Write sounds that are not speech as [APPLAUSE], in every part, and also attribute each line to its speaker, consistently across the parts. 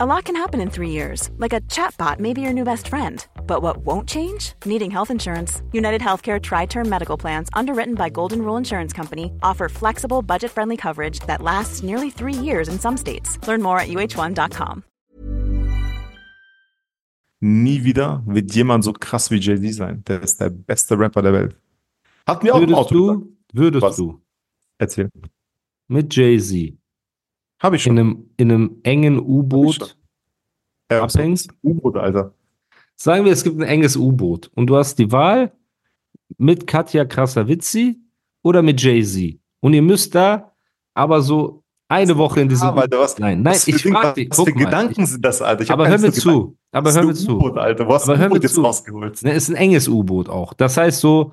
Speaker 1: A lot can happen in three years, like a chatbot may be your new best friend. But what won't change? Needing health insurance. United Healthcare Tri Term Medical Plans, underwritten by Golden Rule Insurance Company, offer flexible, budget friendly coverage that lasts nearly three years in some states. Learn more at uh1.com.
Speaker 2: Nie wieder wird jemand so krass wie Jay-Z sein. Der ist der beste Rapper der Welt. Hat mir auch ein
Speaker 3: Würdest
Speaker 2: Auto gesagt.
Speaker 3: du, würdest
Speaker 2: Was?
Speaker 3: du
Speaker 2: Erzähl.
Speaker 3: mit Jay-Z
Speaker 2: Habe ich
Speaker 3: in
Speaker 2: schon.
Speaker 3: einem, in einem engen U-Boot
Speaker 2: Äh,
Speaker 3: abhängst?
Speaker 2: U-Boot, Alter.
Speaker 3: Sagen wir, es gibt ein enges U-Boot und du hast die Wahl mit Katja Krasavici oder mit Jay-Z. Und ihr müsst da aber so eine Woche in diesem
Speaker 2: Ah, Alter, was,
Speaker 3: Nein, nein,
Speaker 2: was für
Speaker 3: ich
Speaker 2: Ding-
Speaker 3: frage dich.
Speaker 2: Was für
Speaker 3: Guck mal,
Speaker 2: Gedanken sind das, Alter? Ich
Speaker 3: ich,
Speaker 2: hab
Speaker 3: aber hör
Speaker 2: keine
Speaker 3: mir
Speaker 2: so Gedanken.
Speaker 3: zu. Aber
Speaker 2: Das
Speaker 3: hör
Speaker 2: ist
Speaker 3: mir
Speaker 2: nur
Speaker 3: zu.
Speaker 2: U-Boot, Alter. Du hast
Speaker 3: Aber hör
Speaker 2: ein
Speaker 3: mir
Speaker 2: U-Boot jetzt
Speaker 3: zu.
Speaker 2: rausgeholt.
Speaker 3: Ne, ist ein enges U-Boot auch. Das heißt so,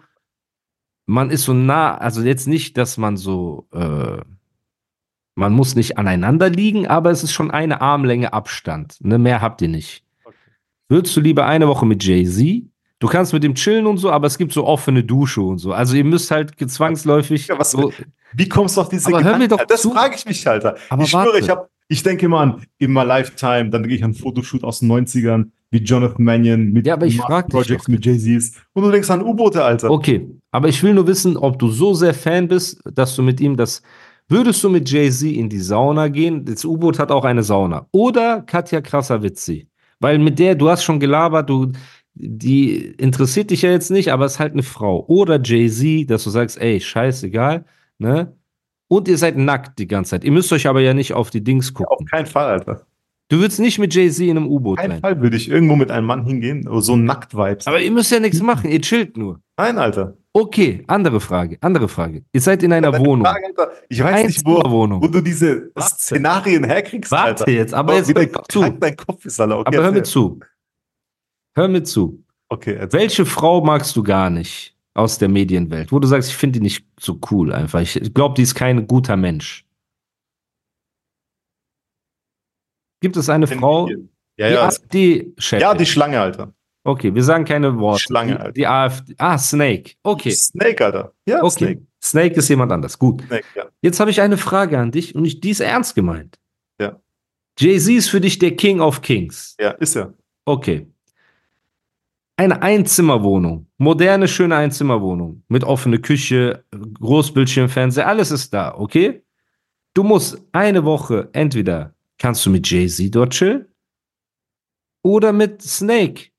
Speaker 3: man ist so nah, also jetzt nicht, dass man so, äh, man muss nicht aneinander liegen, aber es ist schon eine Armlänge Abstand. Ne, mehr habt ihr nicht. Würdest du lieber eine Woche mit Jay-Z? Du kannst mit dem chillen und so, aber es gibt so offene Dusche und so. Also ihr müsst halt gezwangsläufig.
Speaker 2: Ja, was-
Speaker 3: so,
Speaker 2: Wie kommst du auf diese
Speaker 3: Aber hör
Speaker 2: Gedanken?
Speaker 3: mir doch
Speaker 2: Alter? das
Speaker 3: zu.
Speaker 2: frage ich mich, halt, Alter.
Speaker 3: Aber
Speaker 2: ich schwöre,
Speaker 3: warte.
Speaker 2: ich, hab, ich denke immer an in my lifetime, dann gehe ich an einen Fotoshoot aus den 90ern, wie Jonathan Mannion mit
Speaker 3: Ja, aber ich
Speaker 2: Mark
Speaker 3: frag dich
Speaker 2: Projects
Speaker 3: doch.
Speaker 2: mit Jay-Z's. Und du denkst an U-Boote, Alter.
Speaker 3: okay, aber ich will nur wissen, ob du so sehr Fan bist, dass du mit ihm das. Würdest du mit Jay-Z in die Sauna gehen? Das U-Boot hat auch eine Sauna. Oder Katja Krasavici. Weil mit der, du hast schon gelabert, du, die interessiert dich ja jetzt nicht, aber ist halt eine Frau. Oder Jay-Z, dass du sagst, ey, scheißegal, ne? Und ihr seid nackt die ganze Zeit. Ihr müsst euch aber ja nicht auf die Dings gucken.
Speaker 2: Auf keinen Fall, Alter.
Speaker 3: Du würdest nicht mit Jay-Z in einem U-Boot
Speaker 2: Auf keinen
Speaker 3: sein.
Speaker 2: Fall würde ich irgendwo mit einem Mann hingehen, so Nackt-Vibes.
Speaker 3: Aber ihr müsst ja nichts machen, ihr chillt nur.
Speaker 2: Nein, Alter.
Speaker 3: Okay, andere Frage, andere Frage. Ihr seid in einer
Speaker 2: Deine
Speaker 3: Wohnung.
Speaker 2: Frage, Alter. Ich weiß
Speaker 3: Ein
Speaker 2: nicht, wo,
Speaker 3: Zimmerwohnung.
Speaker 2: wo du diese Szenarien herkriegst,
Speaker 3: Warte
Speaker 2: Alter.
Speaker 3: jetzt, aber jetzt
Speaker 2: wie
Speaker 3: hör
Speaker 2: dein,
Speaker 3: mir zu.
Speaker 2: krank dein Kopf ist, Alter. Okay,
Speaker 3: Aber hör mir
Speaker 2: erzähl.
Speaker 3: zu. Hör mir zu.
Speaker 2: Okay, erzähl.
Speaker 3: Welche Frau magst du gar nicht aus der Medienwelt, wo du sagst, ich finde die nicht so cool einfach. Ich glaube, die ist kein guter Mensch. Gibt es eine Frau, die
Speaker 2: Ja, ja.
Speaker 3: AfD-Chefin?
Speaker 2: Ja, die Schlange, Alter.
Speaker 3: okay, wir sagen keine Worte.
Speaker 2: Schlange, halt.
Speaker 3: die,
Speaker 2: Alter.
Speaker 3: die AfD. Ah, Snake. Okay.
Speaker 2: Snake, Alter. Ja,
Speaker 3: Okay.
Speaker 2: Snake.
Speaker 3: Snake. ist jemand anders. Gut.
Speaker 2: Snake, ja.
Speaker 3: Jetzt habe ich eine Frage an dich und ich, die ist ernst gemeint.
Speaker 2: Ja.
Speaker 3: Jay-Z ist für dich der King of Kings.
Speaker 2: ja, ist ja.
Speaker 3: Okay. Eine Einzimmerwohnung, moderne, schöne Einzimmerwohnung mit offene Küche, Großbildschirmfernseher, alles ist da, okay? Du musst eine Woche entweder kannst du mit Jay-Z dort chillen oder mit Snake.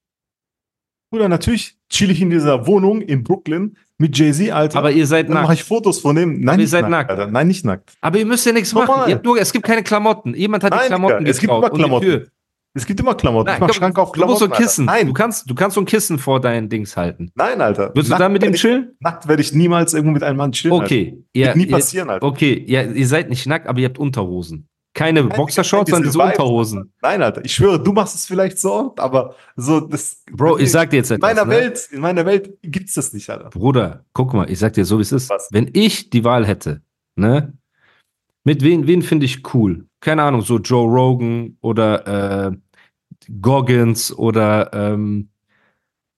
Speaker 2: Bruder, natürlich chill ich in dieser Wohnung in Brooklyn mit Jay-Z, Alter.
Speaker 3: Aber ihr seid
Speaker 2: dann mache
Speaker 3: nackt.
Speaker 2: ich Fotos von dem. Nein,
Speaker 3: Ihr
Speaker 2: nicht
Speaker 3: seid
Speaker 2: nackt,
Speaker 3: nackt.
Speaker 2: Alter. Nein, nicht nackt.
Speaker 3: Aber ihr müsst ja nichts
Speaker 2: Normal.
Speaker 3: machen. Ihr habt nur, es gibt keine Klamotten. Jemand hat die
Speaker 2: Nein,
Speaker 3: Klamotten
Speaker 2: Digga, es gibt
Speaker 3: geklaut
Speaker 2: immer
Speaker 3: und die
Speaker 2: Klamotten.
Speaker 3: Tür.
Speaker 2: Es gibt immer Klamotten.
Speaker 3: Nein,
Speaker 2: ich mach
Speaker 3: komm,
Speaker 2: Schrank auf
Speaker 3: du
Speaker 2: Klamotten.
Speaker 3: musst so ein Kissen.
Speaker 2: Alter.
Speaker 3: Du
Speaker 2: Nein,
Speaker 3: kannst, du kannst so ein Kissen vor deinen Dings halten.
Speaker 2: nein, Alter.
Speaker 3: Würdest du da mit dem
Speaker 2: werde ich,
Speaker 3: chillen?
Speaker 2: nackt werde ich niemals irgendwo mit einem Mann chillen.
Speaker 3: Okay.
Speaker 2: Alter.
Speaker 3: Ja,
Speaker 2: Wird nie
Speaker 3: ihr,
Speaker 2: passieren, Alter.
Speaker 3: okay, ja, ihr seid nicht nackt, aber ihr habt Unterhosen. Keine
Speaker 2: Digga,
Speaker 3: Boxershorts,
Speaker 2: nein,
Speaker 3: sondern
Speaker 2: diese
Speaker 3: diese
Speaker 2: Vibes.
Speaker 3: Unterhosen.
Speaker 2: Nein, Alter. Ich schwöre, du machst es vielleicht so oft, aber so das.
Speaker 3: Bro, ich sag dir jetzt
Speaker 2: in
Speaker 3: etwas.
Speaker 2: meiner
Speaker 3: ne?
Speaker 2: Welt, in meiner Welt gibt's das nicht, Alter.
Speaker 3: Bruder, guck mal, ich sag dir so, wie es ist.
Speaker 2: Was?
Speaker 3: Wenn ich die Wahl hätte, ne? Mit wen, wen finde ich cool? Keine Ahnung, so Joe Rogan oder äh, Goggins oder ähm,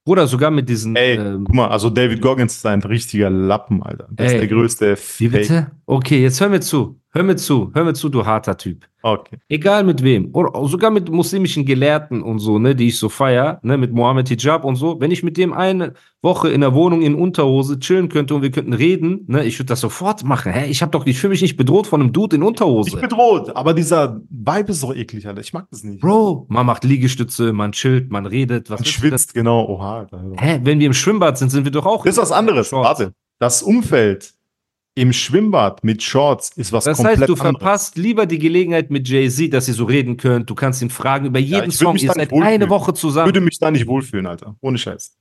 Speaker 3: Bruder, sogar mit diesen
Speaker 2: Ey,
Speaker 3: ähm,
Speaker 2: guck mal, also David Goggins ist ein richtiger Lappen, Alter. Das
Speaker 3: Ey.
Speaker 2: ist der größte
Speaker 3: Wie
Speaker 2: Fake.
Speaker 3: bitte? Okay, jetzt hör mir zu. Hör mir zu. Hör mir zu, du harter Typ.
Speaker 2: Okay.
Speaker 3: Egal mit wem. Oder auch sogar mit muslimischen Gelehrten und so, ne, die ich so feier, ne, mit Mohammed Hijab und so. Wenn ich mit dem eine Woche in der Wohnung in Unterhose chillen könnte und wir könnten reden, ne, ich würde das sofort machen. Hä? Ich hab doch, ich fühle mich nicht bedroht von einem Dude in
Speaker 2: Ich
Speaker 3: Unterhose.
Speaker 2: bedroht, aber dieser Vibe ist doch eklig, Alter. Ich mag das nicht.
Speaker 3: Bro, man macht Liegestütze, man chillt, man redet, was
Speaker 2: Man
Speaker 3: ist
Speaker 2: schwitzt, genau. Oha, Alter.
Speaker 3: das? Hä? Wenn wir im Schwimmbad sind, sind wir doch auch.
Speaker 2: Das ist was anderes.
Speaker 3: Shorts.
Speaker 2: Warte. Das Umfeld im Schwimmbad mit Shorts ist was
Speaker 3: Das
Speaker 2: komplett
Speaker 3: heißt, du
Speaker 2: anderes.
Speaker 3: verpasst lieber die Gelegenheit mit Jay-Z, dass ihr so reden könnt. Du kannst ihn fragen über jeden
Speaker 2: ich würd
Speaker 3: Song.
Speaker 2: mich
Speaker 3: Ihr
Speaker 2: da
Speaker 3: seid
Speaker 2: nicht wohlfühlen.
Speaker 3: eine Woche
Speaker 2: Ich
Speaker 3: zusammen,
Speaker 2: würde mich da nicht wohlfühlen, Alter. Ohne Scheiß.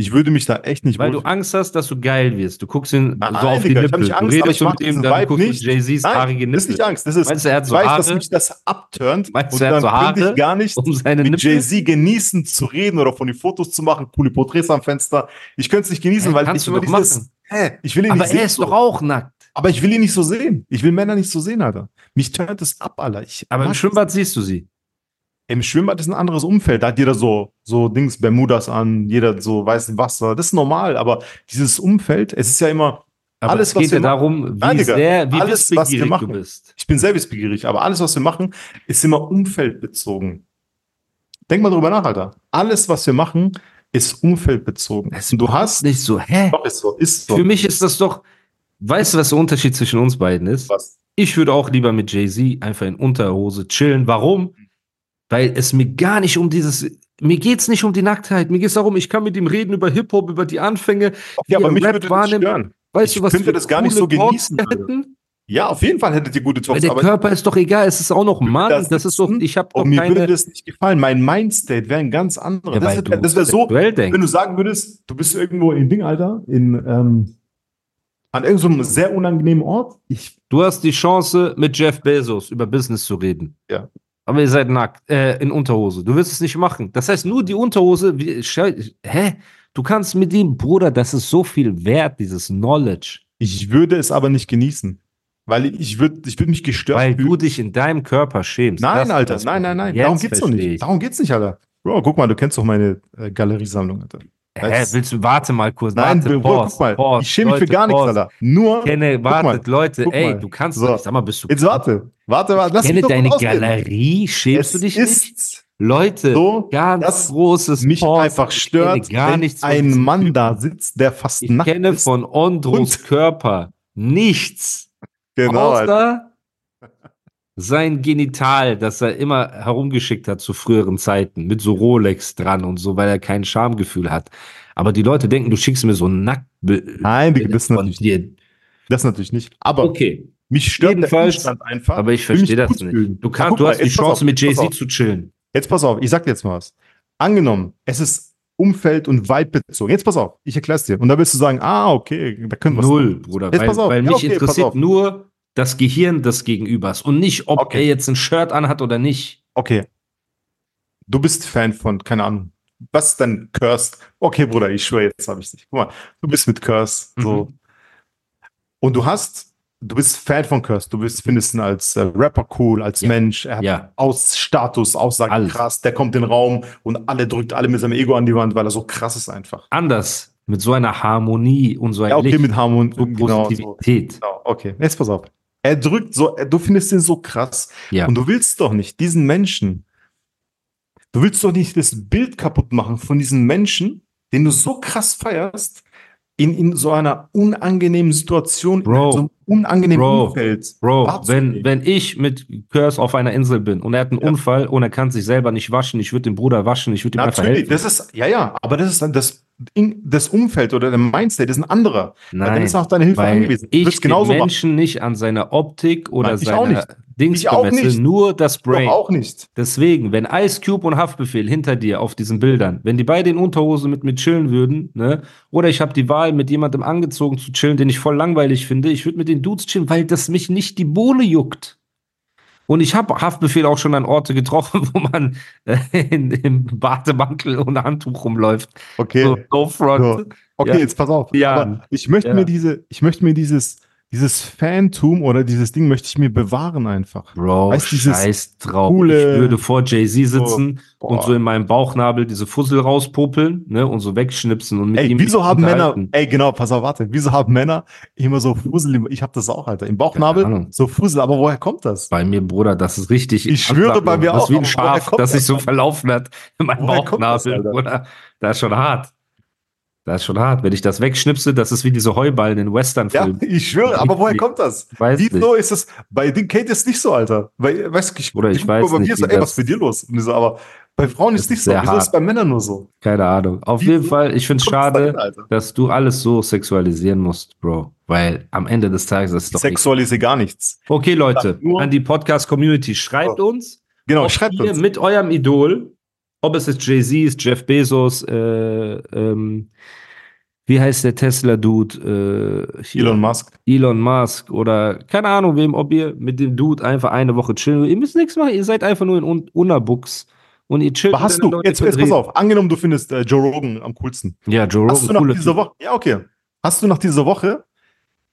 Speaker 2: Ich würde mich da echt nicht
Speaker 3: weil du
Speaker 2: wohlfühlen.
Speaker 3: Angst hast, dass du geil wirst. Du guckst ihn
Speaker 2: Nein,
Speaker 3: so auf die
Speaker 2: Digga, ich hab
Speaker 3: Nippel.
Speaker 2: nicht Angst,
Speaker 3: du
Speaker 2: aber ich
Speaker 3: redest so
Speaker 2: mach
Speaker 3: mit ihm,
Speaker 2: diesen
Speaker 3: dann
Speaker 2: Vibe
Speaker 3: guckst du
Speaker 2: nicht.
Speaker 3: Jay-Z's
Speaker 2: Nein,
Speaker 3: haarige
Speaker 2: das ist nicht
Speaker 3: Nippel.
Speaker 2: Angst. Das ist,
Speaker 3: Meinst du, er hat
Speaker 2: ich
Speaker 3: so
Speaker 2: weiß, dass
Speaker 3: Haare
Speaker 2: mich das abturnt.
Speaker 3: Meinst du,
Speaker 2: und
Speaker 3: er hat
Speaker 2: dann
Speaker 3: so
Speaker 2: könnte
Speaker 3: Haare
Speaker 2: ich gar nicht
Speaker 3: [LAUGHS] um seine
Speaker 2: mit
Speaker 3: Nippel?
Speaker 2: Jay-Z genießen zu reden oder von den Fotos zu machen, coole Porträts am Fenster. Ich könnte es nicht genießen,
Speaker 3: Hä,
Speaker 2: weil
Speaker 3: kannst
Speaker 2: ich
Speaker 3: du
Speaker 2: immer
Speaker 3: doch
Speaker 2: dieses,
Speaker 3: machen.
Speaker 2: hä, ich will ihn
Speaker 3: Aber
Speaker 2: nicht sehen.
Speaker 3: er ist
Speaker 2: so.
Speaker 3: doch auch nackt.
Speaker 2: Aber ich will ihn nicht so sehen. Ich will Männer nicht so sehen, Alter. Mich turnt es ab, Alter. Ich
Speaker 3: Aber im
Speaker 2: mag das
Speaker 3: Schwimmbad siehst du sie.
Speaker 2: Im Schwimmbad ist ein anderes Umfeld. Da hat jeder so, so Dings, Bermudas an, jeder hat so weißen Wasser. Das ist normal, aber dieses Umfeld, es ist ja immer,
Speaker 3: Aber
Speaker 2: Alles,
Speaker 3: es
Speaker 2: was
Speaker 3: geht
Speaker 2: wir
Speaker 3: ja darum, wie
Speaker 2: Nein, Digga.
Speaker 3: sehr, wie
Speaker 2: Alles, was wir
Speaker 3: wissbegierig du
Speaker 2: machen.
Speaker 3: bist.
Speaker 2: Ich bin servicebegierig, aber alles, was wir machen, ist immer umfeldbezogen. Denk mal drüber nach, Alter. Alles, was wir machen, ist umfeldbezogen.
Speaker 3: Es
Speaker 2: Und du hast.
Speaker 3: Nicht so, hä?
Speaker 2: Doch, ist so. Ist so.
Speaker 3: Für mich ist das doch, weißt du, was der Unterschied zwischen uns beiden ist?
Speaker 2: was.
Speaker 3: Ich würde auch lieber mit Jay-Z einfach in Unterhose chillen. Warum? Weil es mir gar nicht um dieses, mir geht's nicht um die Nacktheit, mir geht's darum, ich kann mit ihm reden über Hip-Hop, über die Anfänge.
Speaker 2: Ja, aber
Speaker 3: Ihr
Speaker 2: mich
Speaker 3: Rap
Speaker 2: würde das
Speaker 3: wahrnimmt-
Speaker 2: stören.
Speaker 3: Weißt
Speaker 2: Ich
Speaker 3: du, was
Speaker 2: könnte
Speaker 3: für
Speaker 2: das gar nicht
Speaker 3: coole
Speaker 2: so
Speaker 3: Talks
Speaker 2: genießen,
Speaker 3: wir
Speaker 2: Alter.
Speaker 3: hätten?
Speaker 2: Ja, auf jeden Fall hättet ihr gute
Speaker 3: Weil
Speaker 2: Talks,
Speaker 3: der
Speaker 2: aber
Speaker 3: Körper ist doch egal, es ist auch noch ein Mann,
Speaker 2: das
Speaker 3: das, ist doch,
Speaker 2: wissen
Speaker 3: ich habe doch
Speaker 2: und mir würde
Speaker 3: keine...
Speaker 2: das nicht gefallen. Mein Mindstate wäre ein ganz anderer.
Speaker 3: Ja,
Speaker 2: das
Speaker 3: weil
Speaker 2: wär-
Speaker 3: du
Speaker 2: das wäre so,
Speaker 3: sexuell
Speaker 2: wenn
Speaker 3: denkst.
Speaker 2: du sagen würdest, du bist irgendwo in Ding, Alter, in, ähm, an irgendeinem sehr unangenehmen Ort. Ich
Speaker 3: Du hast die Chance, mit Jeff Bezos über Business zu reden.
Speaker 2: Ja.
Speaker 3: Aber ihr seid nackt, äh, in Unterhose. Du wirst es nicht machen. Das heißt, nur die Unterhose, wie, schei- hä? Du kannst mit ihm, Bruder, das ist so viel wert, dieses Knowledge.
Speaker 2: Ich würde es aber nicht genießen, weil ich würde ich würd mich gestört
Speaker 3: weil
Speaker 2: fühlen.
Speaker 3: du dich in deinem Körper schämst. Das
Speaker 2: nein,
Speaker 3: ist
Speaker 2: Alter,
Speaker 3: das
Speaker 2: nein, nein, nein,
Speaker 3: Problem.
Speaker 2: darum
Speaker 3: Jetzt
Speaker 2: geht's doch
Speaker 3: verstehe
Speaker 2: nicht.
Speaker 3: ich.
Speaker 2: Darum geht's nicht, Alter. Bro, guck mal, du kennst doch meine äh, Galeriesammlung, Alter.
Speaker 3: Hä,
Speaker 2: Das-
Speaker 3: willst du, warte mal kurz.
Speaker 2: nein,
Speaker 3: warte,
Speaker 2: Bro,
Speaker 3: pause,
Speaker 2: guck mal,
Speaker 3: pause,
Speaker 2: ich schäme mich für
Speaker 3: Leute,
Speaker 2: gar nichts,
Speaker 3: pause.
Speaker 2: Alter. Nur,
Speaker 3: Kenne,
Speaker 2: mal,
Speaker 3: wartet, Leute,
Speaker 2: guck
Speaker 3: ey,
Speaker 2: mal.
Speaker 3: du kannst
Speaker 2: So.
Speaker 3: doch nicht, sag mal, bist du.
Speaker 2: jetzt warte, warte, warte, lass
Speaker 3: Kenne
Speaker 2: mich doch
Speaker 3: deine
Speaker 2: ausreden.
Speaker 3: Galerie, schämst
Speaker 2: Es
Speaker 3: du dich
Speaker 2: ist
Speaker 3: nicht? Leute,
Speaker 2: so,
Speaker 3: ganz
Speaker 2: dass
Speaker 3: großes
Speaker 2: mich
Speaker 3: Pause.
Speaker 2: einfach
Speaker 3: Ich kenne
Speaker 2: stört,
Speaker 3: gar
Speaker 2: wenn
Speaker 3: nichts von
Speaker 2: ein
Speaker 3: diesem
Speaker 2: Mann
Speaker 3: Typen.
Speaker 2: da sitzt, der fast
Speaker 3: Ich
Speaker 2: nackt
Speaker 3: kenne
Speaker 2: ist.
Speaker 3: von Ondros
Speaker 2: Und-
Speaker 3: Körper nichts,
Speaker 2: genau, also. Alter.
Speaker 3: außer sein Genital, das er immer herumgeschickt hat zu früheren Zeiten, mit so Rolex dran und so, weil er kein Schamgefühl hat. Aber die Leute denken, du schickst mir so nackt
Speaker 2: Nein, Digga, Ah, das
Speaker 3: von
Speaker 2: natürlich,
Speaker 3: dir.
Speaker 2: das natürlich nicht. Aber
Speaker 3: Okay,
Speaker 2: mich stört
Speaker 3: Jedenfalls-
Speaker 2: der Umstand einfach.
Speaker 3: aber ich
Speaker 2: will mich
Speaker 3: verstehe das
Speaker 2: gut
Speaker 3: nicht.
Speaker 2: fühlen.
Speaker 3: Du,
Speaker 2: Ja,
Speaker 3: kannst,
Speaker 2: guck
Speaker 3: du
Speaker 2: mal,
Speaker 3: hast die
Speaker 2: jetzt pass
Speaker 3: Chance,
Speaker 2: auf,
Speaker 3: mit
Speaker 2: pass
Speaker 3: Jay-Z
Speaker 2: auf.
Speaker 3: zu chillen.
Speaker 2: Jetzt pass auf, ich sag dir jetzt mal was. Angenommen, es ist Umfeld und Vibe bezogen. Jetzt pass auf, ich erkläre es dir. Und da wirst du sagen, ah, okay, da können wir
Speaker 3: Null, Bruder.
Speaker 2: Jetzt
Speaker 3: weil,
Speaker 2: pass auf.
Speaker 3: weil
Speaker 2: Ja,
Speaker 3: mich
Speaker 2: okay, pass
Speaker 3: interessiert
Speaker 2: auf.
Speaker 3: nur das Gehirn des Gegenübers und nicht, ob
Speaker 2: Okay.
Speaker 3: er jetzt ein Shirt anhat oder nicht.
Speaker 2: Okay. Du bist Fan von, keine Ahnung, was ist denn Cursed? Okay, Bruder, ich schwöre, jetzt habe ich dich. Guck mal, du bist mit Cursed. So.
Speaker 3: Mhm.
Speaker 2: Und du hast, du bist Fan von Cursed. Du bist, findest ihn als äh, Rapper cool, als
Speaker 3: Ja.
Speaker 2: Mensch. Er hat
Speaker 3: Ja.
Speaker 2: aus Status, Aussage
Speaker 3: Alles.
Speaker 2: krass. Der kommt in den Raum und alle drückt alle mit seinem Ego an die Wand, weil er so krass ist einfach.
Speaker 3: Anders. Mit so einer Harmonie und so einem
Speaker 2: Ja, okay,
Speaker 3: Licht,
Speaker 2: mit Harmonie.
Speaker 3: so
Speaker 2: genau, so.
Speaker 3: Positivität.
Speaker 2: Genau, okay. Jetzt pass auf. Er drückt so, er- du findest ihn so krass.
Speaker 3: Ja.
Speaker 2: Und du willst doch nicht diesen Menschen, du willst doch nicht das Bild kaputt machen von diesem Menschen, den du so krass feierst, in, in so einer unangenehmen Situation,
Speaker 3: Bro.
Speaker 2: in so einem unangenehmen
Speaker 3: Bro.
Speaker 2: Umfeld.
Speaker 3: Bro,
Speaker 2: Warte.
Speaker 3: wenn, wenn ich mit Curse auf einer Insel bin und er hat einen
Speaker 2: Ja.
Speaker 3: Unfall und er kann sich selber nicht waschen, ich würde den Bruder waschen, ich würde ihm einfach
Speaker 2: Natürlich,
Speaker 3: helfen.
Speaker 2: das ist, ja, ja, aber das ist dann das, in, das Umfeld oder der Mindset ist ein anderer. Weil Dann
Speaker 3: Nein,
Speaker 2: ist er auf deine Hilfe
Speaker 3: weil
Speaker 2: angewiesen. Du
Speaker 3: ich
Speaker 2: willst
Speaker 3: den
Speaker 2: genauso machen.
Speaker 3: Menschen nicht an seiner Optik oder
Speaker 2: Nein, ich auch
Speaker 3: seiner
Speaker 2: nicht.
Speaker 3: Dings
Speaker 2: Ich auch nicht.
Speaker 3: bemesse, nur das
Speaker 2: Doch
Speaker 3: Brain.
Speaker 2: auch nicht.
Speaker 3: Deswegen, wenn Ice Cube und Haftbefehl hinter dir auf diesen Bildern, wenn die beide in Unterhose mit mir chillen würden, ne, oder ich habe die Wahl, mit jemandem angezogen zu chillen, den ich voll langweilig finde, ich würde mit den Dudes chillen, weil das mich nicht die Bohne juckt. Und ich habe Haftbefehl auch schon an Orte getroffen, [LAUGHS] wo man äh, in, im Bademantel und Handtuch rumläuft.
Speaker 2: Okay.
Speaker 3: So, no front.
Speaker 2: So. Okay,
Speaker 3: Ja.
Speaker 2: jetzt pass auf.
Speaker 3: Ja.
Speaker 2: Aber ich möchte
Speaker 3: Ja.
Speaker 2: mir diese, ich möchte mir dieses, dieses Fantum oder dieses Ding möchte ich mir bewahren einfach.
Speaker 3: Bro,
Speaker 2: Weißt du, dieses
Speaker 3: scheiß drauf.
Speaker 2: coole-
Speaker 3: ich würde vor Jay-Z sitzen
Speaker 2: Boah.
Speaker 3: und so in meinem Bauchnabel diese Fussel rauspopeln, ne, und so wegschnipsen und mit
Speaker 2: ey,
Speaker 3: ihm
Speaker 2: wieso
Speaker 3: mich
Speaker 2: haben Männer,
Speaker 3: unterhalten.
Speaker 2: ey, genau, pass auf, warte, wieso haben Männer immer so Fussel, im, ich habe das auch, Alter, im
Speaker 3: Keine
Speaker 2: Bauchnabel,
Speaker 3: Ahnung.
Speaker 2: so Fussel, aber woher kommt das?
Speaker 3: Bei mir, Bruder, das ist richtig.
Speaker 2: Ich schwöre, bei mir auch,
Speaker 3: das ist wie ein
Speaker 2: aber woher
Speaker 3: Schaf,
Speaker 2: kommt
Speaker 3: das
Speaker 2: das?
Speaker 3: sich so verlaufen hat in meinem
Speaker 2: Woher kommt das,
Speaker 3: Bauchnabel,
Speaker 2: Alter?
Speaker 3: Bruder. Das ist schon hart. Das ist schon hart. Wenn ich das wegschnipse, das ist wie diese Heuballen in
Speaker 2: Ja,
Speaker 3: Westernfilmen.
Speaker 2: ich schwöre, aber woher kommt das?
Speaker 3: Weiß
Speaker 2: Wieso ist das, bei Ding Kate ist nicht so, Alter. Bei, weißt du, ich,
Speaker 3: Oder ich
Speaker 2: guck mal
Speaker 3: weiß
Speaker 2: bei
Speaker 3: nicht,
Speaker 2: mir so,
Speaker 3: wie
Speaker 2: ey,
Speaker 3: das-
Speaker 2: was ist mit dir los? Und die so, aber bei Frauen
Speaker 3: Das
Speaker 2: ist nicht
Speaker 3: ist
Speaker 2: so,
Speaker 3: sehr
Speaker 2: wieso ist
Speaker 3: hart.
Speaker 2: es bei Männern nur so?
Speaker 3: Keine Ahnung. Auf
Speaker 2: Wieso
Speaker 3: jeden Fall, ich finde es
Speaker 2: Kommt das
Speaker 3: schade,
Speaker 2: dahin, Alter?
Speaker 3: dass du alles so sexualisieren musst, Bro. Weil am Ende des Tages ist es doch egal.
Speaker 2: Sexuell ist hier gar nichts.
Speaker 3: Okay, Leute,
Speaker 2: Sag nur- Oh.
Speaker 3: an die Podcast-Community, schreibt uns,
Speaker 2: Genau,
Speaker 3: ob
Speaker 2: schreibt
Speaker 3: ihr
Speaker 2: uns.
Speaker 3: mit eurem Idol, ob es jetzt Jay-Z ist, Jeff Bezos, äh, ähm, wie heißt der Tesla-Dude? Äh, hier,
Speaker 2: Elon Musk.
Speaker 3: Elon Musk oder keine Ahnung wem, ob ihr mit dem Dude einfach eine Woche chillen Ihr müsst nichts machen, ihr seid einfach nur in Un Unabuchs und ihr chillt.
Speaker 2: Aber hast du,
Speaker 3: miteinander und ihr
Speaker 2: jetzt,
Speaker 3: könnt
Speaker 2: jetzt pass
Speaker 3: reden.
Speaker 2: auf, angenommen, du findest äh, Joe Rogan am coolsten.
Speaker 3: Ja, Joe Rogan,
Speaker 2: Hast du nach
Speaker 3: cooler
Speaker 2: dieser
Speaker 3: Typ.
Speaker 2: Woche, ja, okay. Hast du nach dieser Woche,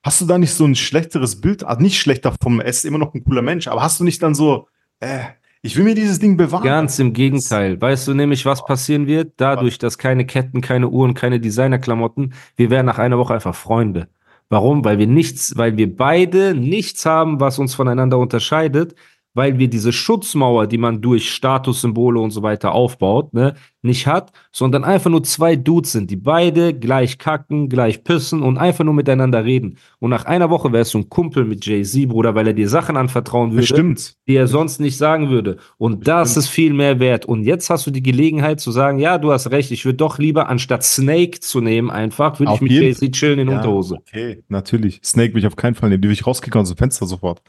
Speaker 2: hast du da nicht so ein schlechteres Bild, ah, nicht schlechter vom S, immer noch ein cooler Mensch, aber hast du nicht dann so, äh, ich will mir dieses Ding bewahren?
Speaker 3: Ganz im Gegenteil. Weißt du nämlich, was passieren wird? Dadurch, dass keine Ketten, keine Uhren, keine Designerklamotten, wir wären nach einer Woche einfach Freunde. Warum? Weil wir nichts, weil wir beide nichts haben, was uns voneinander unterscheidet, weil wir diese Schutzmauer, die man durch Statussymbole und so weiter aufbaut, ne, nicht hat, sondern einfach nur zwei Dudes sind, die beide gleich kacken, gleich pissen und einfach nur miteinander reden. Und nach einer Woche wärst du ein Kumpel mit Jay-Z, Bruder, weil er dir Sachen anvertrauen würde,
Speaker 2: Bestimmt.
Speaker 3: die er sonst nicht sagen würde. Und das ist viel mehr wert. Und jetzt hast du die Gelegenheit zu sagen, ja, du hast recht, ich würde doch lieber, anstatt Snake zu nehmen, einfach, würde
Speaker 2: Auf
Speaker 3: ich mit
Speaker 2: jeden
Speaker 3: Jay-Z chillen in Unterhose.
Speaker 2: Okay, natürlich. Snake will ich auf keinen Fall nehmen. Die will ich rauskicken aus dem Fenster sofort.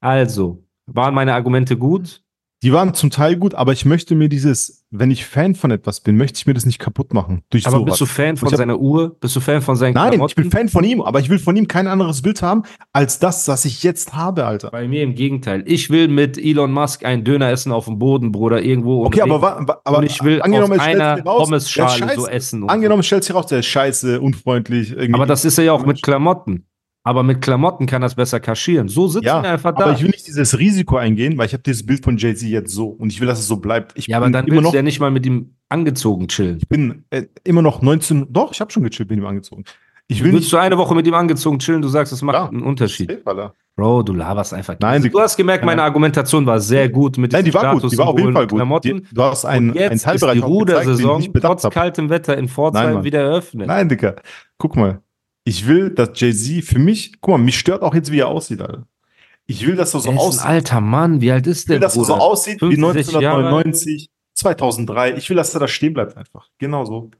Speaker 3: Also, waren meine Argumente gut?
Speaker 2: Die waren zum Teil gut, aber ich möchte mir dieses, wenn ich Fan von etwas bin, möchte ich mir das nicht kaputt machen. Durch
Speaker 3: Aber
Speaker 2: sowas.
Speaker 3: bist du Fan von
Speaker 2: Ich hab-
Speaker 3: seiner Uhr? Bist du Fan von seinen
Speaker 2: Nein, ich bin
Speaker 3: Klamotten?
Speaker 2: Fan von ihm, aber ich will von ihm kein anderes Bild haben, als das, was ich jetzt habe, Alter.
Speaker 3: Bei mir im Gegenteil. Ich will mit Elon Musk einen Döner essen auf dem Boden, Bruder, irgendwo.
Speaker 2: Okay,
Speaker 3: unterwegs.
Speaker 2: aber, wa- wa- aber
Speaker 3: und ich will aus
Speaker 2: angenommen, es stellt
Speaker 3: einer
Speaker 2: sich raus, der
Speaker 3: Pommesschale
Speaker 2: ist
Speaker 3: so
Speaker 2: scheiße.
Speaker 3: essen. und
Speaker 2: Angenommen, stellt sich raus, der ist scheiße, unfreundlich.
Speaker 3: so.
Speaker 2: Irgendwie.
Speaker 3: Aber das ist er ja auch mit Klamotten. Aber mit Klamotten kann das besser kaschieren. So sitzen
Speaker 2: Ja,
Speaker 3: wir einfach da.
Speaker 2: aber ich will nicht dieses Risiko eingehen, weil ich habe dieses Bild von Jay-Z jetzt so und ich will, dass es so bleibt. Ich
Speaker 3: ja, aber
Speaker 2: bin
Speaker 3: dann
Speaker 2: immer
Speaker 3: willst
Speaker 2: noch,
Speaker 3: du ja nicht mal mit ihm angezogen chillen.
Speaker 2: bin äh, immer noch 19. Doch, ich habe schon gechillt, bin ihm angezogen. Ich will
Speaker 3: Würdest
Speaker 2: nicht.
Speaker 3: du eine Woche mit ihm angezogen chillen, du sagst, es macht
Speaker 2: Ja.
Speaker 3: einen Unterschied.
Speaker 2: Safe, Alter.
Speaker 3: Bro, du laberst einfach.
Speaker 2: Nein, die- Hm.
Speaker 3: du hast gemerkt, meine Argumentation war sehr gut mit
Speaker 2: Nein, die war gut, die war auf jeden
Speaker 3: Statussymbolen
Speaker 2: Fall
Speaker 3: und
Speaker 2: gut. Die,
Speaker 3: Klamotten.
Speaker 2: du hast einen,
Speaker 3: und jetzt
Speaker 2: einen
Speaker 3: ist die
Speaker 2: Teilbereich auch gezeigt, den ich
Speaker 3: Rudersaison
Speaker 2: nicht bedacht
Speaker 3: trotz
Speaker 2: habe.
Speaker 3: kaltem Wetter in
Speaker 2: Nein,
Speaker 3: Pforzheim
Speaker 2: Mann.
Speaker 3: wieder eröffnet.
Speaker 2: Nein, Digga. Guck mal. Ich will, dass Jay-Z für mich, guck mal, mich stört auch jetzt, wie er aussieht, Alter. Ich will, dass er so
Speaker 3: Er ist
Speaker 2: aussieht.
Speaker 3: ein alter Mann, wie alt ist
Speaker 2: Ich will,
Speaker 3: der?
Speaker 2: dass er so
Speaker 3: Bruder?
Speaker 2: aussieht wie
Speaker 3: 65 Jahre alt.
Speaker 2: 1999, 2003. Ich will, dass er da stehen bleibt einfach. Genau so.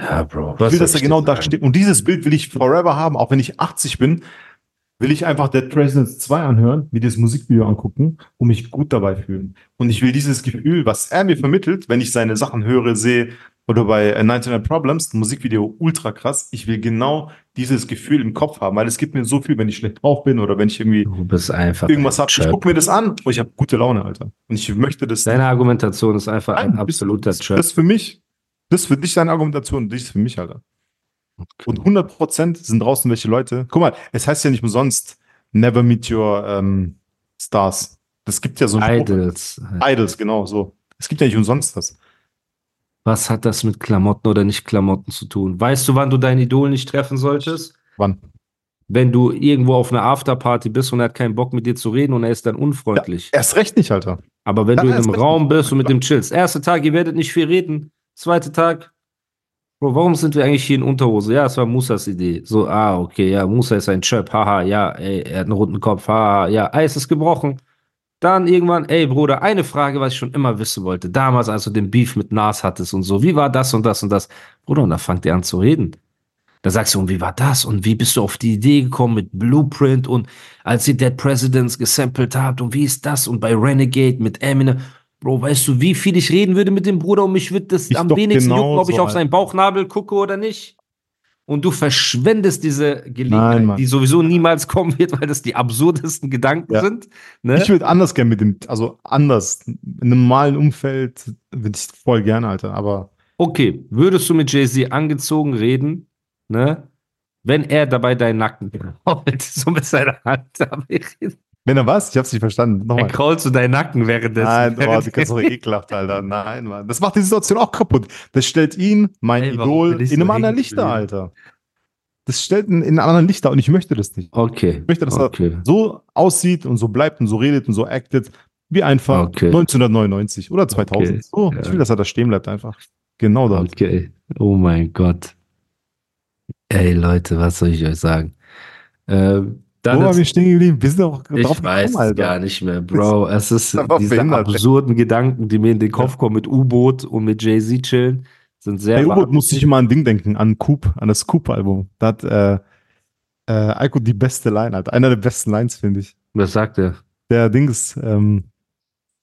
Speaker 3: Ja, Bro.
Speaker 2: Ich will, dass er genau da steht. Und dieses Bild will ich forever haben, auch wenn ich 80 bin. Will ich einfach Dead Presidents 2 anhören, mir das Musikvideo angucken und mich gut dabei fühlen. Und ich will dieses Gefühl, was er mir vermittelt, wenn ich seine Sachen höre, sehe oder bei äh, 99 Problems, ein Musikvideo ultra krass. Ich will genau dieses Gefühl im Kopf haben, weil es gibt mir so viel, wenn ich schlecht drauf bin oder wenn ich irgendwie
Speaker 3: Du bist einfach.
Speaker 2: irgendwas
Speaker 3: ein
Speaker 2: habe. Ich
Speaker 3: Chirp.
Speaker 2: gucke mir das an und ich habe gute Laune, Alter. Und ich möchte das.
Speaker 3: Deine Argumentation ist einfach
Speaker 2: Nein,
Speaker 3: ein
Speaker 2: du bist-
Speaker 3: absoluter
Speaker 2: Das
Speaker 3: Chirp.
Speaker 2: ist für mich. Das ist für dich deine Argumentation, das ist für mich, Alter. Und 100% sind draußen welche Leute. Guck mal, es heißt ja nicht umsonst, never meet your ähm, stars. Das gibt ja so einen Spruch.
Speaker 3: Idols.
Speaker 2: Idols, genau, so. Es gibt ja nicht umsonst das.
Speaker 3: Was hat das mit Klamotten oder nicht Klamotten zu tun? Weißt du, wann du dein Idol nicht treffen solltest?
Speaker 2: Wann?
Speaker 3: Wenn du irgendwo auf einer Afterparty bist und er hat keinen Bock mit dir zu reden und er ist dann unfreundlich.
Speaker 2: Erst recht nicht, Alter.
Speaker 3: Aber wenn
Speaker 2: Ja,
Speaker 3: du in
Speaker 2: das
Speaker 3: einem
Speaker 2: ist
Speaker 3: Raum
Speaker 2: richtig.
Speaker 3: bist und mit dem chillst, erster Tag, ihr werdet nicht viel reden. Zweiter Tag, Bro, warum sind wir eigentlich hier in Unterhose? Ja, es war Musas Idee. So, ah, okay, ja, Musa ist ein Chöp, haha, ja, ey, er hat einen runden Kopf, haha, ja, Eis ist gebrochen. Dann irgendwann, ey, Bruder, eine Frage, was ich schon immer wissen wollte. Damals, als du den Beef mit Nas hattest und so, wie war das und das und das? Bruder, und da fangt ihr an zu reden. Da sagst du, und wie war das? Und wie bist du auf die Idee gekommen mit Blueprint und als ihr Dead Presidents gesampelt habt und wie ist das? Und bei Renegade mit Eminem. Bro, weißt du, wie viel ich reden würde mit dem Bruder und mich wird das
Speaker 2: Ist
Speaker 3: am
Speaker 2: doch
Speaker 3: wenigsten
Speaker 2: genau
Speaker 3: jucken, ob ich
Speaker 2: so,
Speaker 3: auf seinen Bauchnabel gucke oder nicht. Und du verschwendest diese Gelegenheit,
Speaker 2: Nein, Mann.
Speaker 3: die sowieso niemals kommen wird, weil das die absurdesten Gedanken
Speaker 2: Ja.
Speaker 3: sind. Ne?
Speaker 2: Ich würde anders gerne mit dem, also anders, in einem normalen Umfeld würde ich voll gerne, Alter. Aber
Speaker 3: Okay, würdest du mit Jay-Z angezogen reden, ne? Wenn er dabei deinen Nacken krault, [LAUGHS] so mit seiner Hand dabei redet.
Speaker 2: wenn er was, ich hab's nicht verstanden.
Speaker 3: Er
Speaker 2: Nochmal.
Speaker 3: krault so deinen Nacken währenddessen.
Speaker 2: Nein, boah, du
Speaker 3: währenddessen.
Speaker 2: kannst doch ekelhaft, Alter. Nein, Mann. Das macht die Situation auch kaputt. Das stellt ihn, mein
Speaker 3: Ey, warum
Speaker 2: Idol,
Speaker 3: bin ich
Speaker 2: in
Speaker 3: so
Speaker 2: einem anderen
Speaker 3: hängen
Speaker 2: Lichter,
Speaker 3: geblieben?
Speaker 2: Alter. Das stellt ihn in einem anderen Lichter und ich möchte das nicht.
Speaker 3: Okay.
Speaker 2: Ich möchte, dass er
Speaker 3: okay.
Speaker 2: so aussieht und so bleibt und so redet und so actet, wie einfach
Speaker 3: Okay.
Speaker 2: 1999 oder 2000.
Speaker 3: Okay,
Speaker 2: So,
Speaker 3: ja.
Speaker 2: ich will, dass er da stehen bleibt einfach. Genau das.
Speaker 3: Okay. Oh mein Gott. Ey, Leute, was soll ich euch sagen? Ähm, dann
Speaker 2: Wo waren
Speaker 3: ist-
Speaker 2: wir stehen geblieben? Wir sind doch
Speaker 3: ich weiß es gar nicht mehr, Bro. Es ist
Speaker 2: einfach
Speaker 3: diese
Speaker 2: behindert, ey.
Speaker 3: absurden Gedanken, die mir in den Kopf kommen mit U-Boot und mit Jay-Z chillen, sind sehr
Speaker 2: Bei U-Boot
Speaker 3: beachtlich.
Speaker 2: musste ich immer an ein Ding denken, an Coop, an das Coop-Album. Da hat äh, äh, Aiko die beste Line, Alter. Einer der besten Lines, finde ich.
Speaker 3: Was sagt er?
Speaker 2: Der Dings, ähm,